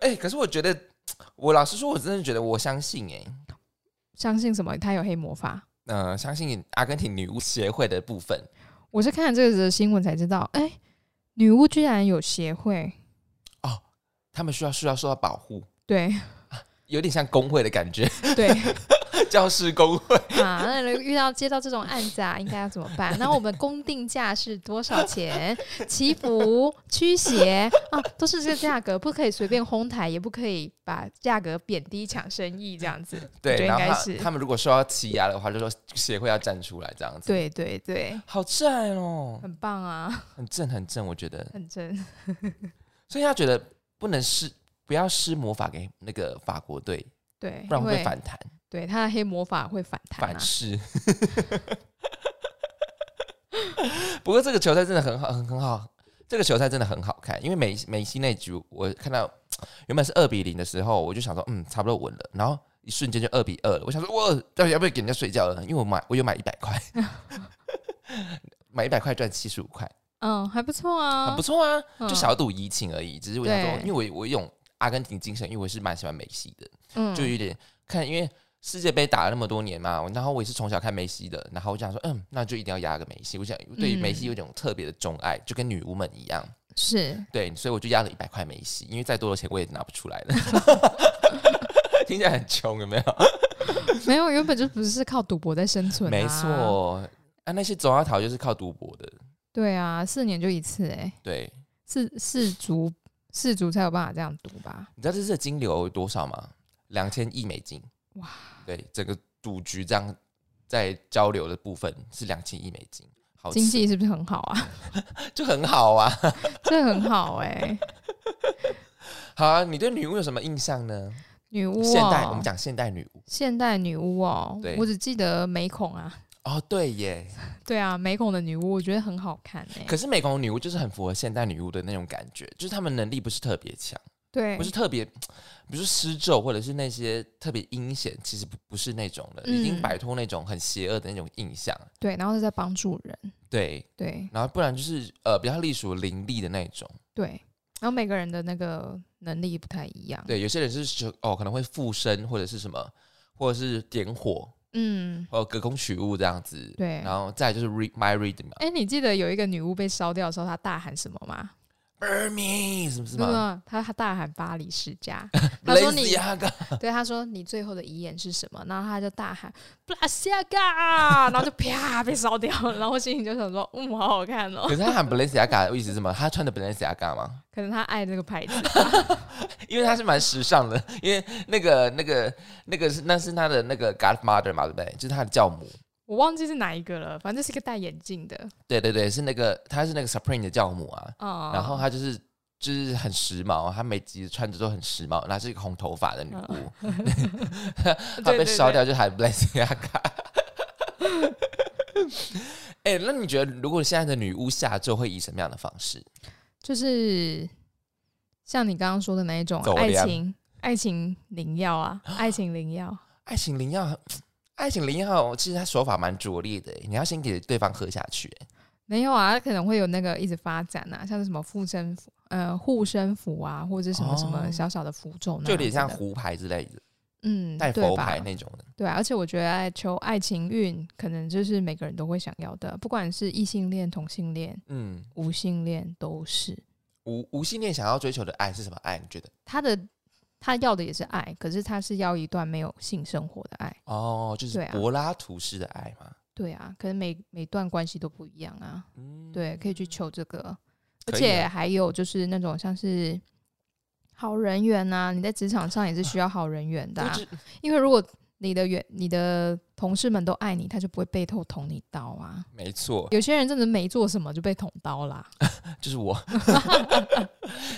[SPEAKER 1] 哎、可是我觉得，我老实说，我真的觉得我相信哎、
[SPEAKER 2] 相信什么？他有黑魔法。
[SPEAKER 1] 嗯、相信阿根廷女巫协会的部分。
[SPEAKER 2] 我是看了这个的新闻才知道，哎、女巫居然有协会，
[SPEAKER 1] 他们需要需要受到保护，
[SPEAKER 2] 对
[SPEAKER 1] 有点像工会的感觉。
[SPEAKER 2] 对，
[SPEAKER 1] 教师工会，
[SPEAKER 2] 啊，那如果遇到接到这种案子啊，应该要怎么办？那我们公定价是多少钱？祈福、驱邪啊，都是这个价格，不可以随便哄抬，也不可以把价格贬低抢生意这样子。我觉
[SPEAKER 1] 对，
[SPEAKER 2] 得
[SPEAKER 1] 然
[SPEAKER 2] 应
[SPEAKER 1] 后
[SPEAKER 2] 该
[SPEAKER 1] 他
[SPEAKER 2] 是
[SPEAKER 1] 他们如果受到欺压的话，就说协会要站出来这样子，，
[SPEAKER 2] 对对对，
[SPEAKER 1] 好赞哦，
[SPEAKER 2] 很棒啊，
[SPEAKER 1] 很正很正，我觉得，
[SPEAKER 2] 很真。
[SPEAKER 1] 所以他觉得不能施不要施魔法给那个法国队，
[SPEAKER 2] 对，
[SPEAKER 1] 不然
[SPEAKER 2] 哎因
[SPEAKER 1] 会
[SPEAKER 2] 为
[SPEAKER 1] 反弹
[SPEAKER 2] 对他的黑魔法会反弹、啊
[SPEAKER 1] 反。噬。 *laughs* 不过这个球赛真的很好，很很好，这个球赛真的很好看，因为梅梅西那局我看到原本是二比零的时候，我就想说嗯差不多稳了，然后一瞬间就二比二了，我想说我到底要不要给人家睡觉了？因为我买我有买一百块， *laughs* 买一百块赚七十五块，
[SPEAKER 2] 嗯，还不错啊，
[SPEAKER 1] 很不错啊，
[SPEAKER 2] 嗯
[SPEAKER 1] 就小赌怡情而已。只是我想说，因
[SPEAKER 2] 对
[SPEAKER 1] 为我我有一种阿根廷精神，因为我是蛮喜欢梅西的，
[SPEAKER 2] 嗯
[SPEAKER 1] 就有点看，因为世界杯打了那么多年嘛，然后我也是从小看梅西的，然后我就想说，嗯，那就一定要压个梅西。我想对于梅
[SPEAKER 2] 嗯
[SPEAKER 1] 西有一种特别的钟爱，就跟女巫们一样，
[SPEAKER 2] 是
[SPEAKER 1] 对，所以我就压了一百块梅西，因为再多的钱我也拿不出来了。 *laughs* 听起来很穷，有没有？
[SPEAKER 2] 没有原本就不是靠赌博在生存、啊，
[SPEAKER 1] 没，错，啊，那些总要逃就是靠赌博的，
[SPEAKER 2] 对啊，四年就一次、欸，哎，
[SPEAKER 1] 对。
[SPEAKER 2] 四四足四足才有办法这样赌吧？
[SPEAKER 1] 你知道这次的金流多少吗？两千亿美金。
[SPEAKER 2] 哇
[SPEAKER 1] 哇！对，整个赌局这样在交流的部分是两千亿美金，好
[SPEAKER 2] 经济是不是很好啊？ *laughs*
[SPEAKER 1] 吃就很好啊。
[SPEAKER 2] 这很好哎、
[SPEAKER 1] 好啊，你对女巫有什么印象呢？
[SPEAKER 2] 女巫、哦，
[SPEAKER 1] 现代，我们讲现代女巫。
[SPEAKER 2] 现代女巫哦
[SPEAKER 1] 对，
[SPEAKER 2] 我只记得美孔啊， *laughs*
[SPEAKER 1] 哦，对耶。
[SPEAKER 2] 对啊，美孔的女巫我觉得很好看哎、
[SPEAKER 1] 可是美国女巫就是很符合现代女巫的那种感觉，就是她们能力不是特别强，
[SPEAKER 2] 对
[SPEAKER 1] 不，是特别，比如说施咒或者是那些特别阴险，其实不不是那种的，已经
[SPEAKER 2] 嗯
[SPEAKER 1] 摆脱那种很邪恶的那种印象。
[SPEAKER 2] 对，然后是在帮助人，
[SPEAKER 1] 对，
[SPEAKER 2] 对
[SPEAKER 1] 然后不然就是呃比较隶属灵力的那种。
[SPEAKER 2] 对，然后每个人的那个能力不太一样，，
[SPEAKER 1] 对，有些人是求哦，可能会附身或者是什么，或者是点火，
[SPEAKER 2] 嗯，
[SPEAKER 1] 或者隔空取物这样子。
[SPEAKER 2] 对。
[SPEAKER 1] 然后再就是 read my read 嘛
[SPEAKER 2] 哎、你记得有一个女巫被烧掉的时候，她大喊什么吗？
[SPEAKER 1] ，burn me 什么什
[SPEAKER 2] 没有没
[SPEAKER 1] 么，
[SPEAKER 2] 有，她她大喊巴黎世
[SPEAKER 1] *laughs*
[SPEAKER 2] 家。她
[SPEAKER 1] 雷
[SPEAKER 2] 嗯说
[SPEAKER 1] 斯
[SPEAKER 2] 你
[SPEAKER 1] 亚嘎，
[SPEAKER 2] 对，他说你最后的遗言是什么？然后他就大喊布拉西亚嘎，然后就啪被烧掉了。然后我心里就想说，嗯，好好看哦
[SPEAKER 1] 可。是他喊 Balenciaga 的意思是什么？他穿的 Balenciaga 吗？
[SPEAKER 2] 可能他爱这个牌子， *laughs*
[SPEAKER 1] 因为他是蛮时尚的，因为那个那个那个是那是他的那个 godmother 嘛，对不对？就是他的教母。
[SPEAKER 2] 我忘记是哪一个了，反正是一个戴眼镜的
[SPEAKER 1] 对对对，是那个他是那个 Supreme 的教母啊。
[SPEAKER 2] 啊。
[SPEAKER 1] 然后她就是就是很时髦，她每集穿着都很时髦，那是一个红头发的女
[SPEAKER 2] 嗯
[SPEAKER 1] 巫，她
[SPEAKER 2] 对
[SPEAKER 1] 被
[SPEAKER 2] 对
[SPEAKER 1] 烧
[SPEAKER 2] 对
[SPEAKER 1] 掉就喊 Balenciaga。哎、那你觉得如果现在的女巫下咒会以什么样的方式？
[SPEAKER 2] 就是像你刚刚说的那一种啊
[SPEAKER 1] 走
[SPEAKER 2] 爱
[SPEAKER 1] 量
[SPEAKER 2] 情，爱情灵药
[SPEAKER 1] *gasps*
[SPEAKER 2] 啊，爱情灵药。
[SPEAKER 1] 爱情灵药，爱情灵药其实它手法蛮拙劣的，欸你要先给对方喝下去。欸
[SPEAKER 2] 没有啊，它可能会有那个一直发展啊，像是什么护身符、呃护身符啊，或者是什么什么
[SPEAKER 1] 哦
[SPEAKER 2] 小小的符咒那样子的，
[SPEAKER 1] 就有点像胡牌之类的，
[SPEAKER 2] 嗯
[SPEAKER 1] 带
[SPEAKER 2] 对
[SPEAKER 1] 佛
[SPEAKER 2] 吧
[SPEAKER 1] 牌那种的。
[SPEAKER 2] 对啊，而且我觉得爱求爱情运，可能就是每个人都会想要的，不管是异性恋、同性恋、
[SPEAKER 1] 嗯，
[SPEAKER 2] 无性恋都是。
[SPEAKER 1] 无无性恋想要追求的爱是什么爱？你觉得？
[SPEAKER 2] 他的他要的也是爱，可是他是要一段没有性生活的爱。
[SPEAKER 1] 哦，就是
[SPEAKER 2] 对啊
[SPEAKER 1] 柏拉图式的爱嘛。
[SPEAKER 2] 对啊，可能每每段关系都不一样啊。
[SPEAKER 1] 嗯，
[SPEAKER 2] 对，可以去求这个，而
[SPEAKER 1] 可以
[SPEAKER 2] 且
[SPEAKER 1] 啊
[SPEAKER 2] 还有就是那种像是好人缘啊，你在职场上也是需要好人缘的、
[SPEAKER 1] 不
[SPEAKER 2] 啊，
[SPEAKER 1] 知
[SPEAKER 2] 因为如果你的员、你的同事们都爱你，他就不会背后捅你刀啊。
[SPEAKER 1] 没错，
[SPEAKER 2] 有些人真的没做什么就被捅刀
[SPEAKER 1] *laughs*
[SPEAKER 2] 啦。
[SPEAKER 1] 就是我，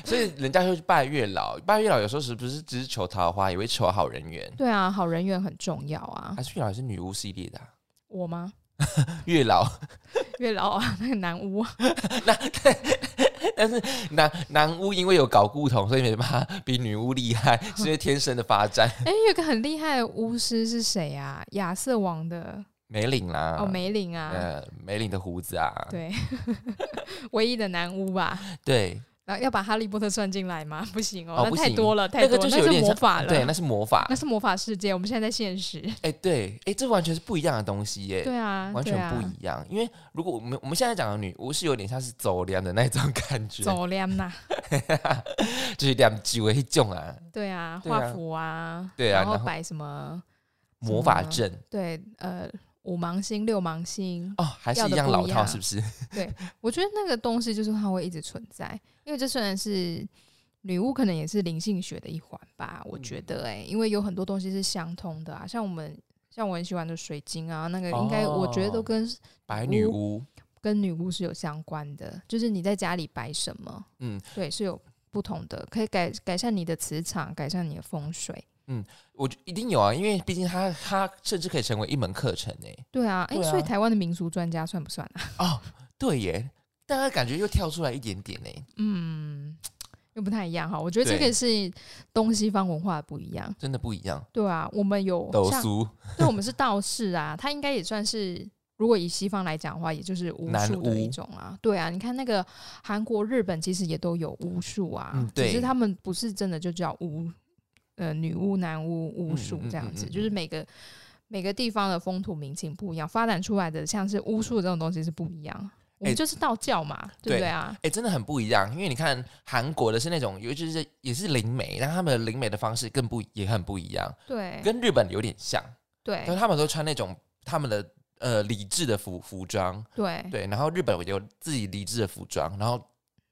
[SPEAKER 1] 所以人家就去拜月老，拜月老有时候是不是只是求桃花，也会求好人缘。
[SPEAKER 2] 对啊，好人缘很重要啊
[SPEAKER 1] 啊，。月老也是女巫系列的啊、
[SPEAKER 2] 我吗？
[SPEAKER 1] 月老， *laughs*
[SPEAKER 2] 月老啊，那个男巫啊，
[SPEAKER 1] 但是男男巫因为有搞固同，所以没办法比女巫厉害，是因为天生的发展。
[SPEAKER 2] *laughs* 哎、有个很厉害的巫师是谁啊？亚瑟王的、
[SPEAKER 1] 梅岭啦，
[SPEAKER 2] 哦，梅林啊，
[SPEAKER 1] 呃，梅岭的胡子啊，
[SPEAKER 2] 对， *laughs* 唯一的男巫吧。
[SPEAKER 1] 对
[SPEAKER 2] 然后要把哈利波特算进来吗？ *laughs* 不行哦，
[SPEAKER 1] 哦
[SPEAKER 2] 那
[SPEAKER 1] 不
[SPEAKER 2] 太
[SPEAKER 1] 行
[SPEAKER 2] 多了，太
[SPEAKER 1] 那
[SPEAKER 2] 多
[SPEAKER 1] 个就
[SPEAKER 2] 了，
[SPEAKER 1] 是
[SPEAKER 2] 那
[SPEAKER 1] 有点
[SPEAKER 2] 魔
[SPEAKER 1] 像
[SPEAKER 2] 法了，
[SPEAKER 1] 对，那是魔法。
[SPEAKER 2] *laughs* 那是魔法世界，我们现在在现实。
[SPEAKER 1] 哎、对，哎、这完全是不一样的东西耶、
[SPEAKER 2] 对啊，
[SPEAKER 1] 完全
[SPEAKER 2] 对啊
[SPEAKER 1] 不一样。因为如果我们我们现在讲的女巫是有点像是走量的那种感觉，
[SPEAKER 2] 走量呐，
[SPEAKER 1] *laughs* 就是两几为种啊。
[SPEAKER 2] 对啊，
[SPEAKER 1] 对啊
[SPEAKER 2] 画符啊，
[SPEAKER 1] 对啊
[SPEAKER 2] 然后
[SPEAKER 1] 然后
[SPEAKER 2] 摆什么
[SPEAKER 1] 魔法阵
[SPEAKER 2] 对，呃，五芒星、六芒星，
[SPEAKER 1] 哦，还是
[SPEAKER 2] 要
[SPEAKER 1] 一
[SPEAKER 2] 的
[SPEAKER 1] 样
[SPEAKER 2] 不
[SPEAKER 1] 老
[SPEAKER 2] 一
[SPEAKER 1] 套，
[SPEAKER 2] 样
[SPEAKER 1] 是不
[SPEAKER 2] *laughs*
[SPEAKER 1] 是？
[SPEAKER 2] 我觉得那个东西就是它会一直存在，因为这虽然是女巫，可能也是灵性学的一环吧。
[SPEAKER 1] 嗯
[SPEAKER 2] 我觉得、欸，哎，因为有很多东西是相通的啊，像我们像我很喜欢的水晶啊，那个
[SPEAKER 1] 哦
[SPEAKER 2] 应该我觉得都跟、
[SPEAKER 1] 白女巫，
[SPEAKER 2] 跟女巫是有相关的，就是你在家里摆什么，
[SPEAKER 1] 嗯，
[SPEAKER 2] 对，是有不同的，可以改改善你的磁场，改善你的风水。
[SPEAKER 1] 我觉一定有啊，因为毕竟它它甚至可以成为一门课程诶。
[SPEAKER 2] 对啊，哎、
[SPEAKER 1] 对啊
[SPEAKER 2] 所以台湾的民俗专家算不算啊？
[SPEAKER 1] 哦，对耶，但它感觉又跳出来一点欸点诶，
[SPEAKER 2] 嗯，又不太一样哈。我觉得这
[SPEAKER 1] 对
[SPEAKER 2] 个是东西方文化的不一样。
[SPEAKER 1] 真的不一样。
[SPEAKER 2] 对啊，我们有
[SPEAKER 1] 斗
[SPEAKER 2] 像
[SPEAKER 1] 苏
[SPEAKER 2] 对，我们是道士啊，他应该也算是，如果以西方来讲的话，也就是巫
[SPEAKER 1] 男
[SPEAKER 2] 术的一
[SPEAKER 1] 巫
[SPEAKER 2] 种啊。对啊，你看那个韩国、日本其实也都有巫术啊，
[SPEAKER 1] 嗯
[SPEAKER 2] 只
[SPEAKER 1] 对
[SPEAKER 2] 是他们不是真的就叫巫，呃，女巫、男巫、巫
[SPEAKER 1] 嗯
[SPEAKER 2] 术
[SPEAKER 1] 嗯
[SPEAKER 2] 这样
[SPEAKER 1] 嗯
[SPEAKER 2] 子，
[SPEAKER 1] 嗯
[SPEAKER 2] 就是每个。每个地方的风土民情不一样，发展出来的像是巫术这种东西是不一样。我
[SPEAKER 1] 哎
[SPEAKER 2] 们就是道教嘛，对
[SPEAKER 1] 对
[SPEAKER 2] 不对啊？
[SPEAKER 1] 哎、真的很不一样，因为你看韩国的是那种，尤其是也是灵媒，但他们的灵媒的方式更不也很不一样，
[SPEAKER 2] 对
[SPEAKER 1] 跟日本有点像，
[SPEAKER 2] 对
[SPEAKER 1] 但他们都穿那种他们的呃理智的服服装，
[SPEAKER 2] 对
[SPEAKER 1] 对，然后日本有自己理智的服装，然后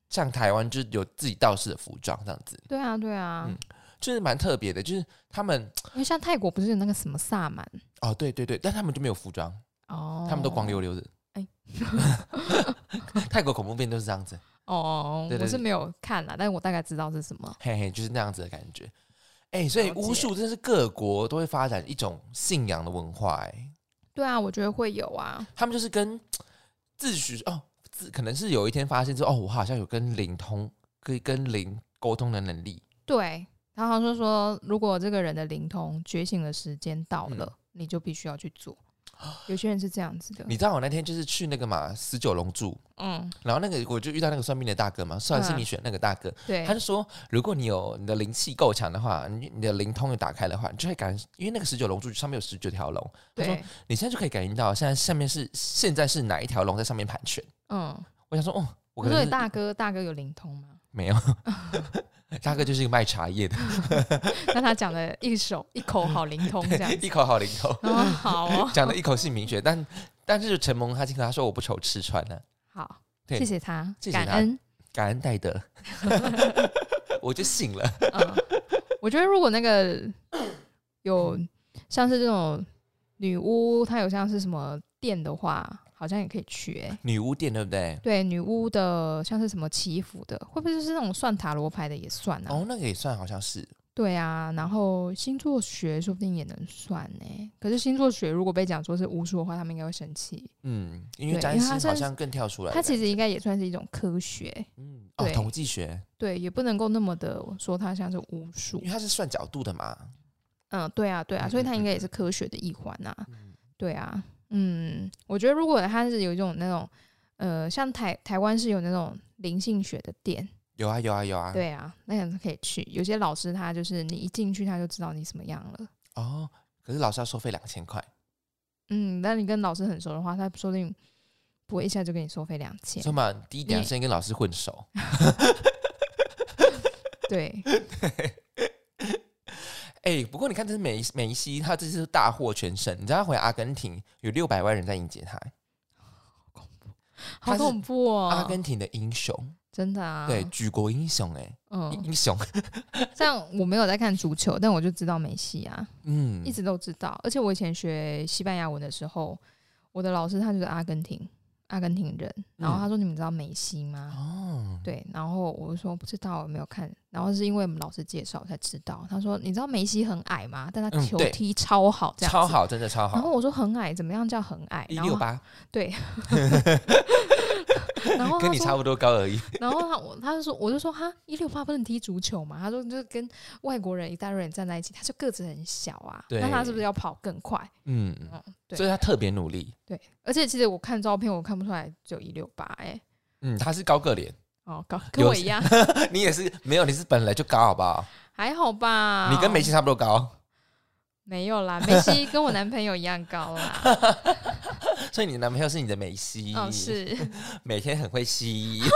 [SPEAKER 1] 像台湾就是有自己道士的服装这样子，
[SPEAKER 2] 对啊对啊！
[SPEAKER 1] 嗯就是蛮特别的，就是他们
[SPEAKER 2] 因为像泰国不是有那个什么萨满
[SPEAKER 1] 哦，对对对，但他们就没有服装，
[SPEAKER 2] 哦，
[SPEAKER 1] 他们都光溜溜的。
[SPEAKER 2] 哎
[SPEAKER 1] *laughs* 泰国恐怖片都是这样子，
[SPEAKER 2] 哦，
[SPEAKER 1] 对对
[SPEAKER 2] 我是
[SPEAKER 1] 对
[SPEAKER 2] 没有看啦，但我大概知道是什么。
[SPEAKER 1] 嘿嘿，就是那样子的感觉。哎、所以
[SPEAKER 2] 了解
[SPEAKER 1] 巫术真的是各国都会发展一种信仰的文化、哎，
[SPEAKER 2] 对啊，我觉得会有啊。
[SPEAKER 1] 他们就是跟自诩哦，自可能是有一天发现说，哦，我好像有跟灵通，可以跟灵沟通的能力。
[SPEAKER 2] 对，然后就说，如果这个人的灵通觉醒的时间到了，你就必须要去
[SPEAKER 1] *gasps*
[SPEAKER 2] 做。有些人是这样子的
[SPEAKER 1] 嗯你，知道我那天就是去那个嘛十九龙住，
[SPEAKER 2] 嗯，
[SPEAKER 1] 然后那个我就遇到那个算命的大哥嘛，算心
[SPEAKER 2] 嗯
[SPEAKER 1] 理学那个大哥，
[SPEAKER 2] 对
[SPEAKER 1] 他，就说，如果你有你的灵气够强的话，你你的灵通有打开的话，你就会感，因为那个十九龙柱上面有十九条龙，他说
[SPEAKER 2] 对，
[SPEAKER 1] 你现在就可以感应到现在下面是现在是哪一条龙在上面盘旋。
[SPEAKER 2] 嗯，
[SPEAKER 1] 哦我想说，哦，我
[SPEAKER 2] 我
[SPEAKER 1] 可能
[SPEAKER 2] 说你
[SPEAKER 1] 是
[SPEAKER 2] 大哥，大哥有灵通吗？ *laughs*
[SPEAKER 1] 没有， *laughs* 大哥就是一个卖茶叶的，
[SPEAKER 2] 那他讲的一手一口好灵通 *laughs* 这
[SPEAKER 1] *laughs*
[SPEAKER 2] 样子，
[SPEAKER 1] 一口好灵头，
[SPEAKER 2] 哦，好哦，
[SPEAKER 1] 讲的一口姓名学，但但是陈蒙他听他说我不愁吃穿呢、
[SPEAKER 2] 好，
[SPEAKER 1] 对
[SPEAKER 2] 谢谢他
[SPEAKER 1] 谢，谢
[SPEAKER 2] 感
[SPEAKER 1] 他
[SPEAKER 2] 恩，
[SPEAKER 1] 感恩戴德， *laughs* 我就信了。
[SPEAKER 2] 嗯，我觉得如果那个有像是这种女巫，她有像是什么店的话，好像也可以去哎、
[SPEAKER 1] 女巫店对不
[SPEAKER 2] *laughs*
[SPEAKER 1] 对？
[SPEAKER 2] 对，女巫的像是什么祈福的，会不会就是那种算塔罗牌的也算啊？
[SPEAKER 1] 哦，那个也算好像是，
[SPEAKER 2] 对啊，然后星座学说不定也能算呢、可是星座学如果被讲说是巫术的话，他们应该会生气。
[SPEAKER 1] 嗯，因为
[SPEAKER 2] 对
[SPEAKER 1] 占
[SPEAKER 2] 因为
[SPEAKER 1] 星
[SPEAKER 2] 它
[SPEAKER 1] 好
[SPEAKER 2] 算是
[SPEAKER 1] 像更跳出来的
[SPEAKER 2] 它
[SPEAKER 1] 感觉。
[SPEAKER 2] 其实应该也算是一种科学，
[SPEAKER 1] 嗯，哦，
[SPEAKER 2] 对
[SPEAKER 1] 统计学，
[SPEAKER 2] 对，也不能够那么的说它像是巫术
[SPEAKER 1] 因为。它是算角度的嘛。
[SPEAKER 2] 嗯，对啊，对啊，所以它应该也是科学的一环啊。对啊，嗯，我觉得如果它是有一种那种，呃，像台台湾是有那种灵性学的店，
[SPEAKER 1] 有啊，有啊，有啊。，
[SPEAKER 2] 对啊，那样子可以去。有些老师他就是你一进去他就知道你什么样了。
[SPEAKER 1] 哦，可是老师要收费两千块，
[SPEAKER 2] 嗯，但你跟老师很熟的话，他说不定不会一下就给你收费两千
[SPEAKER 1] 所。以嘛，第一点
[SPEAKER 2] 你
[SPEAKER 1] 先跟老师混熟。 *laughs*
[SPEAKER 2] 对，
[SPEAKER 1] 哎、不过你看，这是梅梅西，他这次是大获全胜。你知道他回阿根廷有六百万人在迎接他，
[SPEAKER 2] 好
[SPEAKER 1] 是
[SPEAKER 2] 恐怖哦！
[SPEAKER 1] 阿根廷的英雄，
[SPEAKER 2] 真的啊，
[SPEAKER 1] 对，，举国英雄、哎、
[SPEAKER 2] 嗯，
[SPEAKER 1] 英雄，
[SPEAKER 2] 像我没有在看足球，但我就知道梅西啊，
[SPEAKER 1] 嗯
[SPEAKER 2] 一，直都知道。而且我以前学西班牙文的时候，我的老师他就是阿根廷，阿根廷人，然后他说：“你们知道梅西吗？”
[SPEAKER 1] 嗯哦，
[SPEAKER 2] 对，然后我就说不知道，我没有看。然后是因为我们老师介绍才知道，他说你知道梅西很矮吗？但他
[SPEAKER 1] 嗯
[SPEAKER 2] 球
[SPEAKER 1] 对
[SPEAKER 2] 踢超好，这样、
[SPEAKER 1] 超。好，真的超
[SPEAKER 2] 然后
[SPEAKER 1] 好，
[SPEAKER 2] 我说很矮，怎么样叫很矮？
[SPEAKER 1] 一
[SPEAKER 2] 然
[SPEAKER 1] 六
[SPEAKER 2] 后
[SPEAKER 1] 八，*laughs*
[SPEAKER 2] 然后
[SPEAKER 1] 跟
[SPEAKER 2] 他
[SPEAKER 1] 你差
[SPEAKER 2] 说，
[SPEAKER 1] 不多高而
[SPEAKER 2] *laughs*
[SPEAKER 1] 已。
[SPEAKER 2] 然后他我他就说，我就说哈，一六八不能踢足球嘛？他说就是跟外国人一大堆人站在一起，他就个子很小啊，那他是不
[SPEAKER 1] 对
[SPEAKER 2] 是要跑更快？
[SPEAKER 1] 嗯，
[SPEAKER 2] 嗯，对
[SPEAKER 1] 所以他特别努力。
[SPEAKER 2] 对。而且其实我看照片，我看不出来只有一六八哎，
[SPEAKER 1] 嗯，他是高个脸， *laughs*
[SPEAKER 2] 哦，高跟
[SPEAKER 1] 有
[SPEAKER 2] 我
[SPEAKER 1] 些
[SPEAKER 2] 一
[SPEAKER 1] *laughs*
[SPEAKER 2] 样，
[SPEAKER 1] 你也是没有，你是本来就高，好不好？
[SPEAKER 2] 还好吧？
[SPEAKER 1] *laughs* 你跟梅西差不多高，
[SPEAKER 2] 没有啦，梅西跟我男朋友一样
[SPEAKER 1] *laughs*
[SPEAKER 2] 高啦，
[SPEAKER 1] 所以你的男朋友是你的梅西，
[SPEAKER 2] 嗯是。
[SPEAKER 1] 每天很会吸。 *laughs*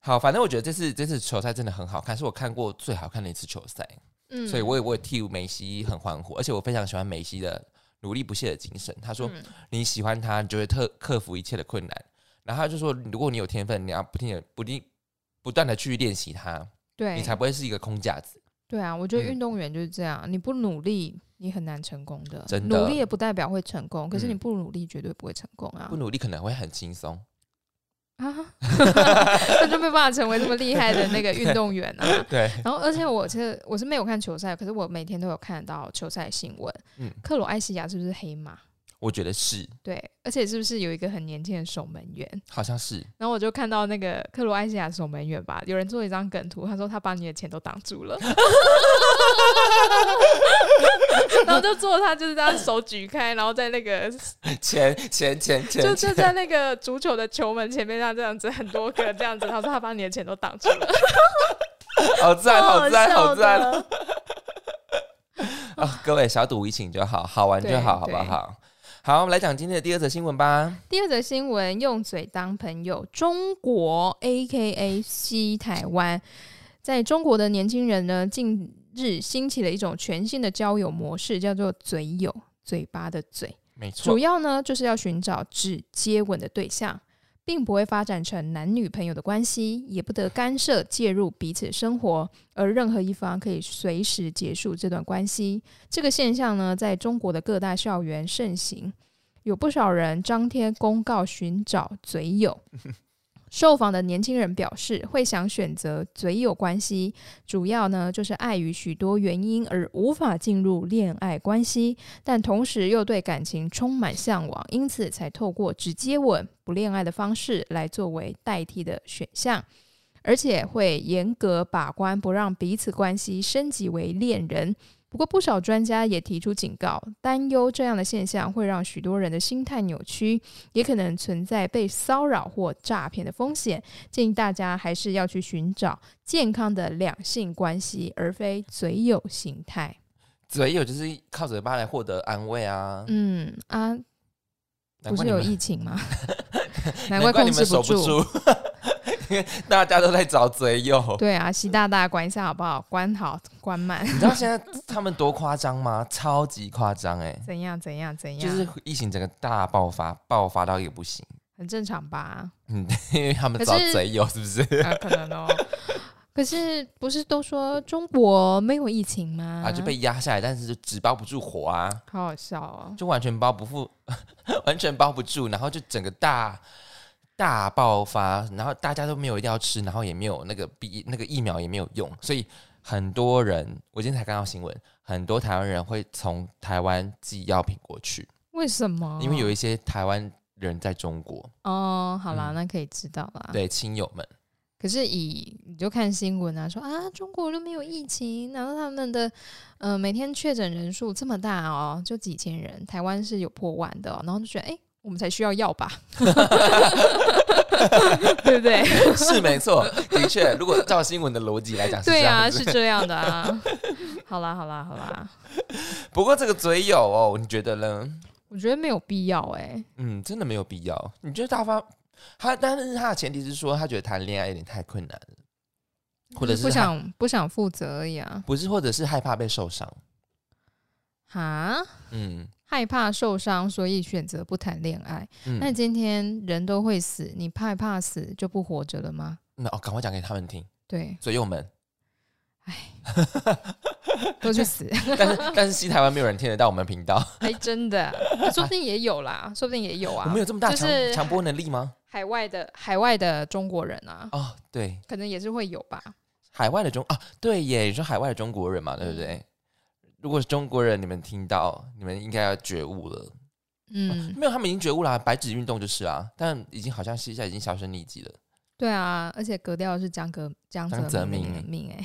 [SPEAKER 1] 好，反正我觉得这次这次球赛真的很好看，是我看过最好看的一次球赛，
[SPEAKER 2] 嗯，
[SPEAKER 1] 所以我也我也替梅西很欢呼，而且我非常喜欢梅西的努力不懈的精神。他说
[SPEAKER 2] 嗯
[SPEAKER 1] 你喜欢他，你就会特克服一切的困难。然后他就说，如果你有天分，你要不停的不定不断的去练习它，
[SPEAKER 2] 对
[SPEAKER 1] 你才不会是一个空架子。
[SPEAKER 2] 对啊，我觉得
[SPEAKER 1] 嗯
[SPEAKER 2] 运动员就是这样，你不努力，你很难成功的。
[SPEAKER 1] 真的
[SPEAKER 2] 努力也不代表会成功，可是你
[SPEAKER 1] 嗯
[SPEAKER 2] 不努力绝对不会成功啊！
[SPEAKER 1] 不努力可能会很轻
[SPEAKER 2] *laughs*
[SPEAKER 1] 松。
[SPEAKER 2] 啊， *laughs* 那就没办法成为这么厉害的那个运动员
[SPEAKER 1] *laughs*
[SPEAKER 2] 啊。
[SPEAKER 1] 对，
[SPEAKER 2] 然后，而且我是我是没有看球赛，可是我每天都有看到球赛新闻。
[SPEAKER 1] 嗯
[SPEAKER 2] 克罗埃西亚是不是黑马？
[SPEAKER 1] 我觉得是，
[SPEAKER 2] 对，而且是不是有一个很年轻的守门员？
[SPEAKER 1] 好像是。 *laughs*
[SPEAKER 2] 然后我就看到那个克罗埃西亚守门员吧，有人做一张梗图，他说他把你的钱都挡住了， *laughs* 然后就做他就是这样手举开，然后在那个
[SPEAKER 1] 钱钱钱
[SPEAKER 2] 就
[SPEAKER 1] 钱
[SPEAKER 2] 就在那个足球的球门前面，他这样子很多个这样子，他说他把你的钱都挡
[SPEAKER 1] *laughs*
[SPEAKER 2] 住了，
[SPEAKER 1] 好赞，好赞，哦好赞
[SPEAKER 2] 了，
[SPEAKER 1] *laughs* 啊！各位小赌怡情就好，好玩就好，好
[SPEAKER 2] 对
[SPEAKER 1] 不好？好，我们来讲今天的第二则新闻吧。
[SPEAKER 2] 第二则新闻，用嘴当朋友，中国 A K A 西台湾，在中国的年轻人呢，近日兴起了一种全新的交友模式，叫做嘴友，嘴巴的嘴，
[SPEAKER 1] 没错
[SPEAKER 2] 主，要呢就是要寻找只接吻的对象。并不会发展成男女朋友的关系，也不得干涉介入彼此生活，而任何一方可以随时结束这段关系。这个现象呢，在中国的各大校园盛行，有不少人张贴公告寻找嘴友。受访的年轻人表示，会想选择嘴友关系，主要呢就是碍于许多原因而无法进入恋爱关系，但同时又对感情充满向往，因此才透过只接吻不恋爱的方式来作为代替的选项，而且会严格把关，不让彼此关系升级为恋人。不过，不少专家也提出警告，担忧这样的现象会让许多人的心态扭曲，也可能存在被骚扰或诈骗的风险。建议大家还是要去寻找健康的两性关系，而非嘴友形态。
[SPEAKER 1] 嘴有就是靠嘴巴来获得安慰啊。
[SPEAKER 2] 嗯啊，
[SPEAKER 1] 难
[SPEAKER 2] 不
[SPEAKER 1] 怪
[SPEAKER 2] 是
[SPEAKER 1] 你
[SPEAKER 2] 有
[SPEAKER 1] 们 *laughs*
[SPEAKER 2] 疫情吗？难
[SPEAKER 1] 难
[SPEAKER 2] 怪
[SPEAKER 1] 怪
[SPEAKER 2] 控
[SPEAKER 1] 你
[SPEAKER 2] 制
[SPEAKER 1] 们守
[SPEAKER 2] 住。
[SPEAKER 1] 住， *laughs* 因为大家都在找嘴友。
[SPEAKER 2] 对啊，习大大关一下好不好？关好，关满，
[SPEAKER 1] 你知道现在他们多夸张吗？超级夸张哎！
[SPEAKER 2] 怎样怎样怎
[SPEAKER 1] 就
[SPEAKER 2] 样，
[SPEAKER 1] 是疫情整个大爆发，爆发到也不行，
[SPEAKER 2] 很正常
[SPEAKER 1] *laughs*
[SPEAKER 2] 吧？
[SPEAKER 1] 嗯，因为他们
[SPEAKER 2] 可
[SPEAKER 1] 找
[SPEAKER 2] 是
[SPEAKER 1] 嘴友是不是？
[SPEAKER 2] 啊，可能哦。可是不是都说中国没有疫情吗？
[SPEAKER 1] 啊，就被压下来，但是就纸包不住火啊，
[SPEAKER 2] 好好笑哦。
[SPEAKER 1] 就完全包不住， *laughs* 完全包不住，然后就整个大大爆发，然后大家都没有一定要吃，然后也没有那个疫那个疫苗也没有用，所以很多人，我今天才看到新闻，很多台湾人会从台湾寄药品过去，
[SPEAKER 2] 为什么？
[SPEAKER 1] 因为有一些台湾人在中国，
[SPEAKER 2] 哦，好啦，
[SPEAKER 1] 嗯
[SPEAKER 2] 那可以知道啦。
[SPEAKER 1] 对亲友们， *laughs*
[SPEAKER 2] 可是以你就看新闻啊，说啊中国都没有疫情，然后他们的呃每天确诊人数这么大哦，就几千人，台湾是有破万的哦、然后就觉得哎、诶我们才需要药吧， *laughs* 对不对？ *laughs*
[SPEAKER 1] 是没错，的确，如果照新闻的逻辑来讲是这
[SPEAKER 2] 对啊，
[SPEAKER 1] 样子。
[SPEAKER 2] 是这样的啊。 *laughs* 好啦，好啦，好啦，
[SPEAKER 1] 不过这个嘴友哦，你觉得呢？
[SPEAKER 2] 我觉得没有必要哎、
[SPEAKER 1] 嗯，真的没有必要。你觉得大方，他但是他的前提是说，他觉得谈恋爱有点太困难了，或者是
[SPEAKER 2] 不
[SPEAKER 1] 害
[SPEAKER 2] 想不想负责而已啊。
[SPEAKER 1] 不是，或者是害怕被受伤。
[SPEAKER 2] 哈，
[SPEAKER 1] 嗯
[SPEAKER 2] 害怕受伤，所以选择不谈恋爱。那
[SPEAKER 1] 嗯，
[SPEAKER 2] 今天人都会死，你害怕死就不活着了吗？
[SPEAKER 1] 那哦，赶快讲给他们听，
[SPEAKER 2] 对，
[SPEAKER 1] 左右们。
[SPEAKER 2] 都去 *laughs* 死！
[SPEAKER 1] *laughs* 但是但是西台湾没有人听得到我们频道，
[SPEAKER 2] 还哎真的，说不定也有啦，说不定也有
[SPEAKER 1] 我
[SPEAKER 2] 啊
[SPEAKER 1] 们。有这么大
[SPEAKER 2] 就
[SPEAKER 1] 强
[SPEAKER 2] 是
[SPEAKER 1] 强播能力吗？
[SPEAKER 2] 海外的海外的中国人啊，
[SPEAKER 1] 哦，对，
[SPEAKER 2] 可能也是会有吧。
[SPEAKER 1] 海外的中啊，对耶，你说海外的中国人嘛，对不
[SPEAKER 2] 嗯
[SPEAKER 1] 对？如果是中国人，你们听到，你们应该要觉悟了。
[SPEAKER 2] 嗯，
[SPEAKER 1] 没有，他们已经觉悟了啊、白纸运动就是啊，但已经好像现在已经销声匿迹了。
[SPEAKER 2] 对啊，而且格调是江格江
[SPEAKER 1] 江
[SPEAKER 2] 泽
[SPEAKER 1] 泽
[SPEAKER 2] 民
[SPEAKER 1] 民
[SPEAKER 2] 的命
[SPEAKER 1] *laughs*
[SPEAKER 2] 哎、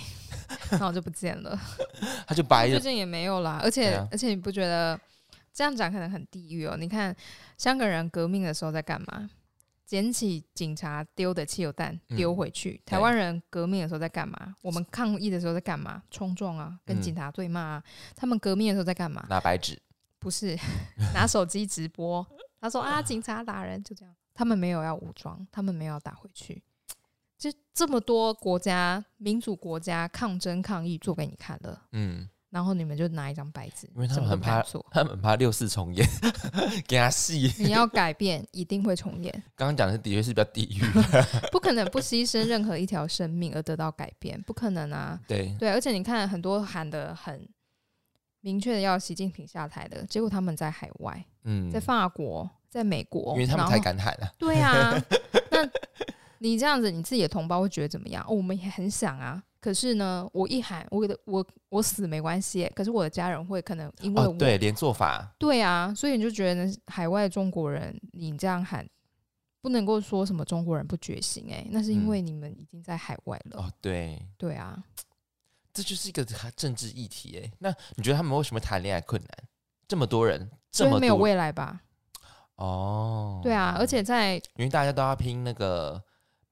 [SPEAKER 2] 那我就不见了。
[SPEAKER 1] 他就白
[SPEAKER 2] 最
[SPEAKER 1] 了，
[SPEAKER 2] 近也没有啦，而且、
[SPEAKER 1] 对啊
[SPEAKER 2] 而且你不觉得这样讲可能很地狱哦？你看香港人革命的时候在干嘛？捡起警察丢的汽油弹
[SPEAKER 1] 嗯
[SPEAKER 2] 丢回去。台湾人革命的时候在干嘛？我们抗议的时候在干嘛？冲撞啊，跟
[SPEAKER 1] 嗯
[SPEAKER 2] 警察对骂啊。他们革命的时候在干嘛？
[SPEAKER 1] 拿白纸。
[SPEAKER 2] 不是 *laughs* 拿手机直播，他说啊，警察打人，就这样。他们没有要武装，他们没有要打回去，就这么多国家、民主国家抗争抗议做给你看了，
[SPEAKER 1] 嗯，
[SPEAKER 2] 然后你们就拿一张白纸，
[SPEAKER 1] 因为他们
[SPEAKER 2] 什么都
[SPEAKER 1] 很
[SPEAKER 2] 不
[SPEAKER 1] 怕。
[SPEAKER 2] 敢做
[SPEAKER 1] *laughs* 他们很怕六四重演， *laughs* 给他戏。
[SPEAKER 2] 你要改变，一定会重演，
[SPEAKER 1] 刚刚讲的是的确是比较地狱，
[SPEAKER 2] 不可能不牺牲任何一条生命而得到改变，不可能啊！
[SPEAKER 1] 对，
[SPEAKER 2] 对，而且你看，很多喊的很明确的要习近平下台的，结果他们在海外，
[SPEAKER 1] 嗯，
[SPEAKER 2] 在法国，在美国，
[SPEAKER 1] 因为他们
[SPEAKER 2] 然
[SPEAKER 1] 才
[SPEAKER 2] 后
[SPEAKER 1] 敢喊啊，*laughs*
[SPEAKER 2] 对啊，那你这样子，你自己的同胞会觉得怎么样？哦，我们也很想啊。可是呢，我一喊，我的我我死没关系耶，可是我的家人会可能因为我、
[SPEAKER 1] 哦，对，连做法，
[SPEAKER 2] 对啊，所以你就觉得海外中国人，你这样喊，不能够说什么中国人不觉醒哎，那是因
[SPEAKER 1] 嗯
[SPEAKER 2] 为你们已经在海外了。
[SPEAKER 1] 哦，对，
[SPEAKER 2] 对啊，
[SPEAKER 1] 这就是一个政治议题哎。那你觉得他们为什么谈恋爱困难？这么多人，这
[SPEAKER 2] 所以
[SPEAKER 1] 么
[SPEAKER 2] 没有
[SPEAKER 1] 多
[SPEAKER 2] 未来吧？
[SPEAKER 1] 哦，
[SPEAKER 2] 对啊，而且在
[SPEAKER 1] 因为大家都要拼那个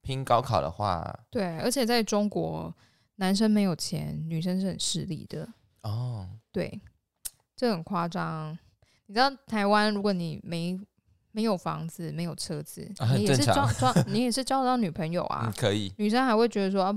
[SPEAKER 1] 拼高考的话，
[SPEAKER 2] 对，而且在中国，男生没有钱，女生是很势利的。
[SPEAKER 1] 哦，
[SPEAKER 2] 对，这很夸张。你知道台湾，如果你没没有房子、没有车子，
[SPEAKER 1] 啊很
[SPEAKER 2] 你也是
[SPEAKER 1] 正常
[SPEAKER 2] 交交，
[SPEAKER 1] *laughs*
[SPEAKER 2] 你也是交得到女朋友啊
[SPEAKER 1] 嗯，。可以，
[SPEAKER 2] 女生还会觉得说、啊、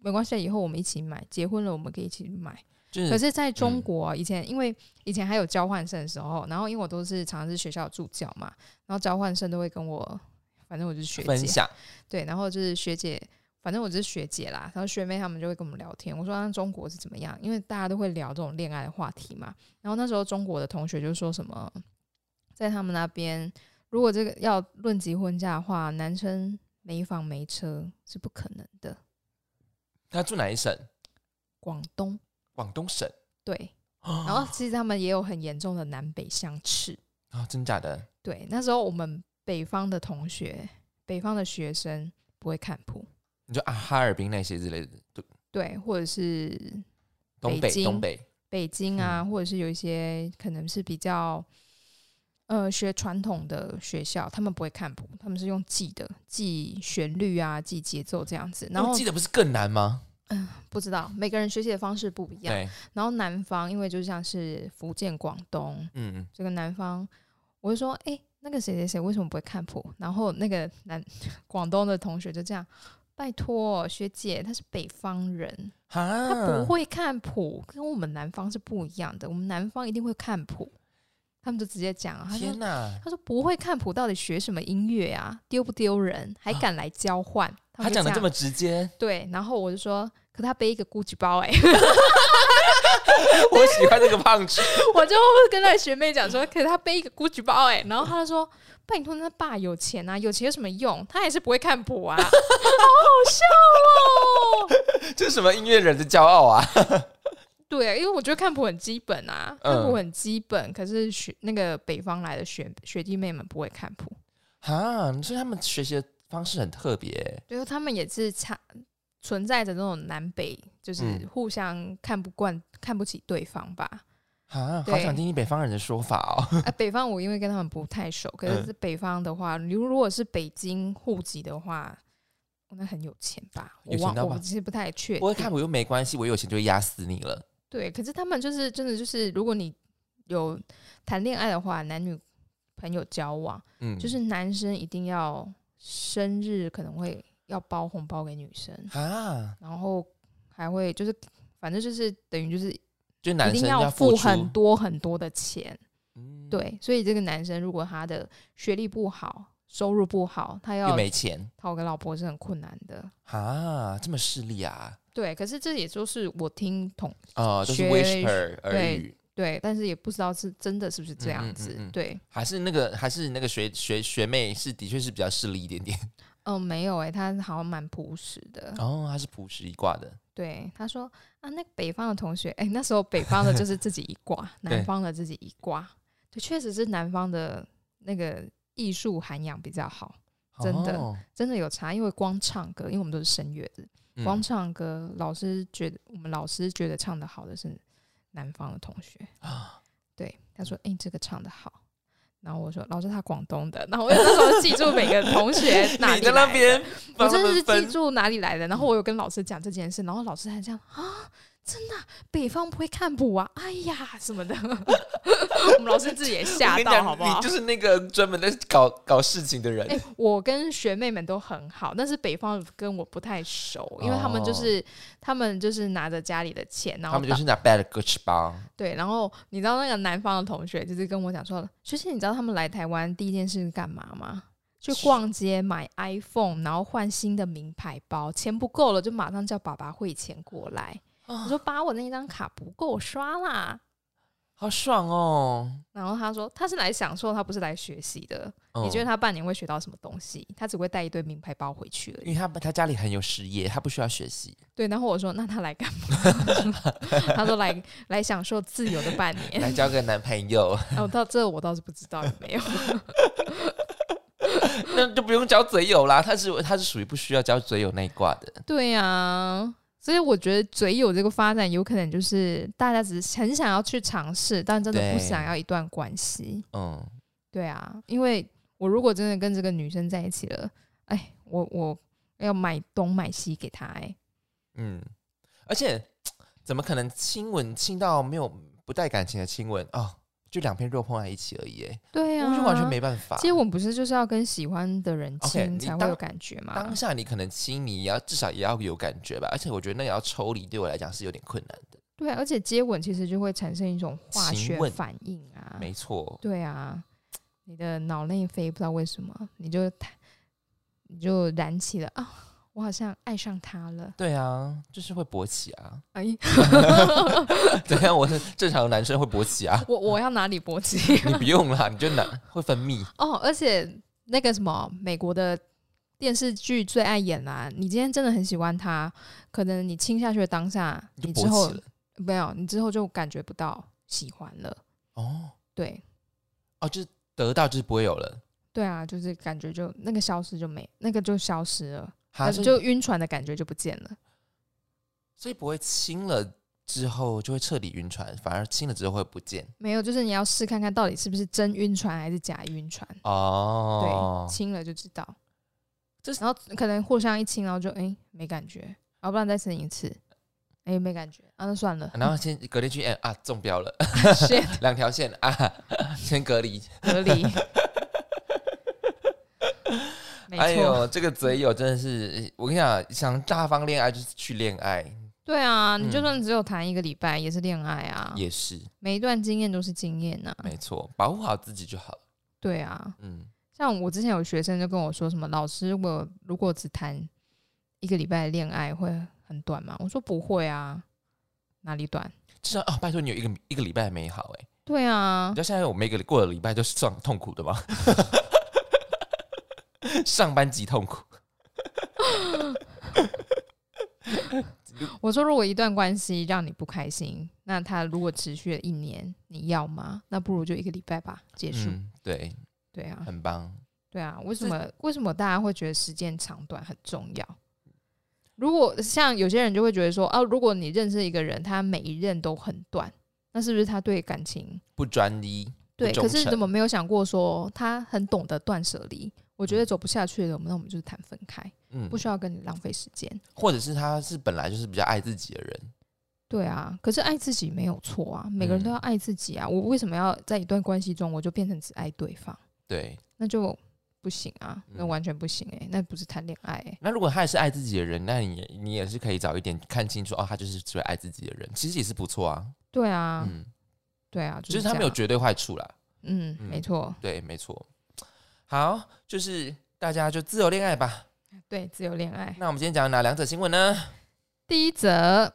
[SPEAKER 2] 没关系，以后我们一起买，结婚了我们可以一起买。
[SPEAKER 1] 就
[SPEAKER 2] 可
[SPEAKER 1] 是
[SPEAKER 2] 是在中
[SPEAKER 1] 嗯
[SPEAKER 2] 国啊、以前因为以前还有交换生的时候，然后因为我都是常常是学校助教嘛，然后交换生都会跟我，反正我就是学
[SPEAKER 1] 分
[SPEAKER 2] 姐，
[SPEAKER 1] 享，
[SPEAKER 2] 对，然后就是学姐，反正我就是学姐啦，然后学妹她们就会跟我们聊天。我说那中国是怎么样？因为大家都会聊这种恋爱的话题嘛。然后那时候中国的同学就说什么，在他们那边，如果这个要论及婚嫁的话，男生没房没车是不可能的。
[SPEAKER 1] 他住哪一省？
[SPEAKER 2] 广东
[SPEAKER 1] 广东省。
[SPEAKER 2] 对，
[SPEAKER 1] 然
[SPEAKER 2] 然后其实他们也有很严重的南北相斥。
[SPEAKER 1] 啊，真假的？
[SPEAKER 2] 对，那时候我们北方的同学，北方的学生不会看谱，
[SPEAKER 1] 你说啊，哈尔滨那些之类的，对，
[SPEAKER 2] 对，或者是
[SPEAKER 1] 东
[SPEAKER 2] 北
[SPEAKER 1] 北，
[SPEAKER 2] 京
[SPEAKER 1] 东北，
[SPEAKER 2] 北京
[SPEAKER 1] 嗯
[SPEAKER 2] 啊，或者是有一些可能是比较呃学传统的学校，他们不会看谱，他们是用记的，记旋律啊，记节奏这样子。然
[SPEAKER 1] 我
[SPEAKER 2] 后
[SPEAKER 1] 记得不是更难吗？
[SPEAKER 2] 不知道每个人学习的方式不一样。
[SPEAKER 1] 对，
[SPEAKER 2] 然后南方因为就像是福建、广东
[SPEAKER 1] 嗯，
[SPEAKER 2] 这个南方，我就说，哎、那个谁谁谁为什么不会看谱？然后那个南 *laughs* 广东的同学就这样。拜托，学姐，他是北方人，
[SPEAKER 1] 哈，
[SPEAKER 2] 他
[SPEAKER 1] 嗯
[SPEAKER 2] 不会看谱，跟我们南方是不一样的。我们南方一定会看谱，他们就直接讲啊，他说
[SPEAKER 1] 天哪，
[SPEAKER 2] 他说不会看谱，到底学什么音乐啊？丢不丢人？还敢来交换？
[SPEAKER 1] 啊他
[SPEAKER 2] 他们就
[SPEAKER 1] 讲的
[SPEAKER 2] 样
[SPEAKER 1] 这么直接， *laughs*
[SPEAKER 2] 对，然后我就说，可他背一个 GUCCI 包哎、
[SPEAKER 1] 我喜欢这个胖子。
[SPEAKER 2] *laughs* 我就跟那个学妹讲说，可他背一个 GUCCI 包哎、然后他就说，拜托，那爸有钱啊，有钱有什么用？他还是不会看谱
[SPEAKER 1] *laughs*
[SPEAKER 2] 啊，好好笑哦。
[SPEAKER 1] *laughs* 这是什么音乐人的骄傲啊？
[SPEAKER 2] 对，啊因为我觉得看谱很基本啊，
[SPEAKER 1] 嗯
[SPEAKER 2] 看谱很基本。可是学那个北方来的学学弟妹们不会看谱，
[SPEAKER 1] 哈，所以他们学习的方式很特别欸，
[SPEAKER 2] 对，他们也是差存在着那种南北就是
[SPEAKER 1] 嗯
[SPEAKER 2] 互相看不惯、看不起对方吧。
[SPEAKER 1] 哈，好
[SPEAKER 2] 对
[SPEAKER 1] 想听听北方人的说法哦。
[SPEAKER 2] 啊，北方我因为跟他们不太熟，可
[SPEAKER 1] 嗯
[SPEAKER 2] 是北方的话，你如果是北京户籍的话，那很有钱吧？
[SPEAKER 1] 有
[SPEAKER 2] 我
[SPEAKER 1] 钱
[SPEAKER 2] 忘
[SPEAKER 1] 到
[SPEAKER 2] 我
[SPEAKER 1] 吧
[SPEAKER 2] 其实不太确
[SPEAKER 1] 不会
[SPEAKER 2] 定。
[SPEAKER 1] 看我又没关系，我有钱就会压死你了。
[SPEAKER 2] 对，可是他们就是真的就是，如果你有谈恋爱的话，男女朋友交往。
[SPEAKER 1] 嗯，
[SPEAKER 2] 就是男生一定要生日可能会要包红包给女生，
[SPEAKER 1] 哈，
[SPEAKER 2] 然后还会就是反正就是等于就是一
[SPEAKER 1] 就男
[SPEAKER 2] 定
[SPEAKER 1] 生付
[SPEAKER 2] 付
[SPEAKER 1] 出
[SPEAKER 2] 很，多很多的钱，
[SPEAKER 1] 嗯，
[SPEAKER 2] 对，所以这个男生如果他的学历不好，收入不好，他
[SPEAKER 1] 又
[SPEAKER 2] 要
[SPEAKER 1] 没钱，
[SPEAKER 2] 讨个老婆是很困难的。
[SPEAKER 1] 哈，这么势利啊？
[SPEAKER 2] 对，可是这也就是我听同
[SPEAKER 1] 哦，都是
[SPEAKER 2] 学
[SPEAKER 1] whisper 耳
[SPEAKER 2] 对
[SPEAKER 1] 语，
[SPEAKER 2] 对，但是也不知道是真的是不是
[SPEAKER 1] 嗯
[SPEAKER 2] 这样
[SPEAKER 1] 嗯
[SPEAKER 2] 子。
[SPEAKER 1] 嗯嗯
[SPEAKER 2] 对，
[SPEAKER 1] 还是那个还是那个学学学妹是的确是比较势利一点点。
[SPEAKER 2] 嗯、没有诶、他好像蛮朴实的。
[SPEAKER 1] 哦，她是朴实一挂的，
[SPEAKER 2] 对，他说啊，那个北方的同学，哎、那时候北方的就是自己一
[SPEAKER 1] *laughs*
[SPEAKER 2] 挂，南
[SPEAKER 1] 对
[SPEAKER 2] 方的自己一挂，对，确实是南方的那个艺术涵养比较好，真的
[SPEAKER 1] 哦
[SPEAKER 2] 真的有差，因为光唱歌，因为我们都是声乐的，光
[SPEAKER 1] 嗯
[SPEAKER 2] 唱歌，老师觉得我们老师觉得唱的好的是南方的同学，
[SPEAKER 1] 啊
[SPEAKER 2] 对，他说，哎、这个唱的好。然后我说，老师他广东的，然后我那时候
[SPEAKER 1] *laughs*
[SPEAKER 2] 就记住每个同学哪
[SPEAKER 1] 你
[SPEAKER 2] 里
[SPEAKER 1] 在那
[SPEAKER 2] 来的
[SPEAKER 1] 边
[SPEAKER 2] 我
[SPEAKER 1] 帮他
[SPEAKER 2] 真的
[SPEAKER 1] 们
[SPEAKER 2] 是
[SPEAKER 1] 分，嗯
[SPEAKER 2] 记住哪里来的，然后我有跟老师讲这件事，然后老师还这样啊，真的啊北方不会看谱啊，哎呀什么的， *laughs* 我们老师自己也
[SPEAKER 1] 我
[SPEAKER 2] 吓
[SPEAKER 1] 跟你
[SPEAKER 2] 到，
[SPEAKER 1] 讲
[SPEAKER 2] 好不
[SPEAKER 1] 你
[SPEAKER 2] 好
[SPEAKER 1] 就？是那个专门在搞搞事情的人。
[SPEAKER 2] 哎、我跟学妹们都很好，但是北方跟我不太熟，因为他们就是、他们就是拿着家里的钱，然后
[SPEAKER 1] 哦他们就
[SPEAKER 2] 打
[SPEAKER 1] 是拿 bad g o o d 包，
[SPEAKER 2] 对，然后你知道那个南方的同学就是跟我讲说，学姐，你知道他们来台湾第一件事是干嘛吗？去
[SPEAKER 1] 是
[SPEAKER 2] 逛街买 iPhone，然后换新的名牌包，钱不够了就马上叫爸爸汇钱过来。
[SPEAKER 1] 啊
[SPEAKER 2] 我说爸，我那一张卡不够刷啦。
[SPEAKER 1] 好爽哦！
[SPEAKER 2] 然后他说他是来享受，他不是来学习的。你觉
[SPEAKER 1] 得？
[SPEAKER 2] 得他半年会学到什么东西？他只会带一堆名牌包回去而已
[SPEAKER 1] 因。为他他家里很有事业，他不需要学
[SPEAKER 2] *laughs*
[SPEAKER 1] 习。
[SPEAKER 2] 对，然后我说那他来干嘛？ *laughs* 他说来来享受自由的半年。
[SPEAKER 1] 来交个男朋 *laughs* 友，
[SPEAKER 2] 哦，到这我倒是不知道有没有。 *laughs*
[SPEAKER 1] 那就不用交嘴友啦。他是他是属于不需要交嘴友那一挂的。
[SPEAKER 2] 对呀、所以我觉得嘴友这个发展有可能就是大家只是很想要去尝试，但真的
[SPEAKER 1] 对
[SPEAKER 2] 不想要一段关系。
[SPEAKER 1] 嗯，
[SPEAKER 2] 对啊，因为我如果真的跟这个女生在一起了，哎，我我要买东买西给她、哎，
[SPEAKER 1] 嗯，而且怎么可能亲吻亲到没有不带感情的亲吻哦？就两片肉碰在一起而已耶，
[SPEAKER 2] 对啊，
[SPEAKER 1] 我就完全。没办法。
[SPEAKER 2] 接吻不是就是要跟喜欢的人
[SPEAKER 1] OK，
[SPEAKER 2] 亲
[SPEAKER 1] 你
[SPEAKER 2] 才会
[SPEAKER 1] 当
[SPEAKER 2] 有感觉吗？
[SPEAKER 1] 当下你可能亲，你也要至少也要有感觉吧。而且我觉得那个要抽离，对我来讲是有点困难的。
[SPEAKER 2] 对啊，而且接吻其实就会产生一种化
[SPEAKER 1] 亲
[SPEAKER 2] 学
[SPEAKER 1] 吻
[SPEAKER 2] 反应啊。
[SPEAKER 1] 没错，
[SPEAKER 2] 对啊，你的脑内啡不知道为什么，你就太你就燃起了啊、我好像爱上他了。
[SPEAKER 1] 对啊，就是会勃起啊。 *laughs*
[SPEAKER 2] 哎， *laughs*？
[SPEAKER 1] 怎样？我是正常的男生会勃起啊
[SPEAKER 2] 我我要哪里勃起？
[SPEAKER 1] *laughs* 你不用啦，你就男会分泌。
[SPEAKER 2] 哦，而且那个什么，美国的电视剧最爱演啦、你今天真的很喜欢他，可能你亲下去的当下，
[SPEAKER 1] 你就
[SPEAKER 2] 你
[SPEAKER 1] 勃
[SPEAKER 2] 之后
[SPEAKER 1] 起了
[SPEAKER 2] 没有，你之后就感觉不到喜欢了。
[SPEAKER 1] 哦
[SPEAKER 2] 对
[SPEAKER 1] 哦，就是得到就是不会有了，
[SPEAKER 2] 对啊，就是感觉就那个消失就没，那个就消失了，
[SPEAKER 1] 哈，
[SPEAKER 2] 呃
[SPEAKER 1] 所以
[SPEAKER 2] 就晕船的感觉就不见了。
[SPEAKER 1] 所以不会亲了之后就会彻底晕船，反而亲了之后会不见
[SPEAKER 2] 没有，就是你要试看看到底是不是真晕船还是假晕船。
[SPEAKER 1] 哦
[SPEAKER 2] 对，。亲了就知道。
[SPEAKER 1] 这是
[SPEAKER 2] 然后可能互相一亲，然后就哎、没感觉，要、不然再亲一次，哎、没感觉，啊那算了。 *laughs*
[SPEAKER 1] 然后先隔天去验啊，中标了， *laughs*
[SPEAKER 2] 先
[SPEAKER 1] 两条线啊，先隔离。
[SPEAKER 2] 合
[SPEAKER 1] *laughs*
[SPEAKER 2] 理，没
[SPEAKER 1] 哎
[SPEAKER 2] 错，嗯
[SPEAKER 1] 呦，这个嘴友真的是，我跟你讲，想大方恋爱就是去恋爱，
[SPEAKER 2] 对啊，你就
[SPEAKER 1] 嗯
[SPEAKER 2] 算只有谈一个礼拜，也是恋爱啊，
[SPEAKER 1] 也是
[SPEAKER 2] 每一段经验都是经验呐、
[SPEAKER 1] 没错，保护好自己就好了。
[SPEAKER 2] 对啊，
[SPEAKER 1] 嗯，
[SPEAKER 2] 像我之前有学生就跟我说什么，老师，我如果只谈一个礼拜的恋爱会很短吗？我说不会啊，哪里短？
[SPEAKER 1] 至少哦，拜托你有一个一个礼拜的美好哎、
[SPEAKER 2] 对啊
[SPEAKER 1] 你知，道现在我每个过了礼拜都是算痛苦的
[SPEAKER 2] *laughs*
[SPEAKER 1] 吗？上班极痛苦，
[SPEAKER 2] 我说如果一段关系让你不开心，那他如果持续了一年，你要吗？那不如就一个礼拜吧，结束。
[SPEAKER 1] 嗯，对，
[SPEAKER 2] 对啊，
[SPEAKER 1] 很棒。
[SPEAKER 2] 对啊，为什
[SPEAKER 1] 这
[SPEAKER 2] 么为什么大家会觉得时间长短很重要？如果像有些人就会觉得说，哦、如果你认识一个人，他每一任都很短，那是不是他对感情
[SPEAKER 1] 不专一，不
[SPEAKER 2] 对？
[SPEAKER 1] 忠
[SPEAKER 2] 可是
[SPEAKER 1] 诚
[SPEAKER 2] 怎么没有想过说，他很懂得断舍离？我觉得走不下去了，那我们就谈分开，
[SPEAKER 1] 嗯
[SPEAKER 2] 不，需要跟你浪费时间。
[SPEAKER 1] 或者是他是本来就是比较爱自己的人，
[SPEAKER 2] 对啊，可是爱自己没有错啊，每个
[SPEAKER 1] 嗯
[SPEAKER 2] 人都要爱自己啊。我为什么要在一段关系中，我就变成只爱对方？
[SPEAKER 1] 对。
[SPEAKER 2] 那就不行啊，那
[SPEAKER 1] 嗯
[SPEAKER 2] 完全不行诶、那不是谈恋爱、欸。
[SPEAKER 1] 那如果他也是爱自己的人，那你也你也是可以早一点看清楚哦，他就是只会爱自己的人，其实也是不错啊。
[SPEAKER 2] 对啊，
[SPEAKER 1] 嗯，
[SPEAKER 2] 对啊，
[SPEAKER 1] 就是是他
[SPEAKER 2] 这
[SPEAKER 1] 没有
[SPEAKER 2] 样
[SPEAKER 1] 绝对坏处啦。
[SPEAKER 2] 嗯，
[SPEAKER 1] 嗯
[SPEAKER 2] 没错，
[SPEAKER 1] 对，没错。好，就是大家就自由恋爱吧。
[SPEAKER 2] 对，自由恋爱。
[SPEAKER 1] 那我们今天讲哪两则新闻呢？
[SPEAKER 2] 第一则，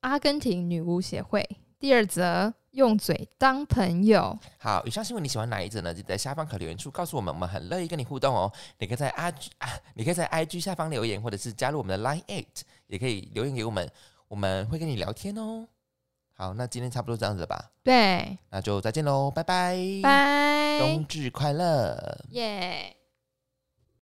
[SPEAKER 2] 阿根廷女巫协会；第二则，用嘴当朋友。
[SPEAKER 1] 好，以上新闻你喜欢哪一则呢？记得在下方可留言处告诉我们，我们很乐意跟你互动哦。你可以在 I G，、啊、你可以在 I G 下方留言，或者是加入我们的 Line Eight，也可以留言给我们，我们会跟你聊天哦。好，那今天差不多这样子了吧？
[SPEAKER 2] 对，
[SPEAKER 1] 那就再见喽，拜拜，
[SPEAKER 2] 拜
[SPEAKER 1] 冬，至快乐。
[SPEAKER 2] 耶。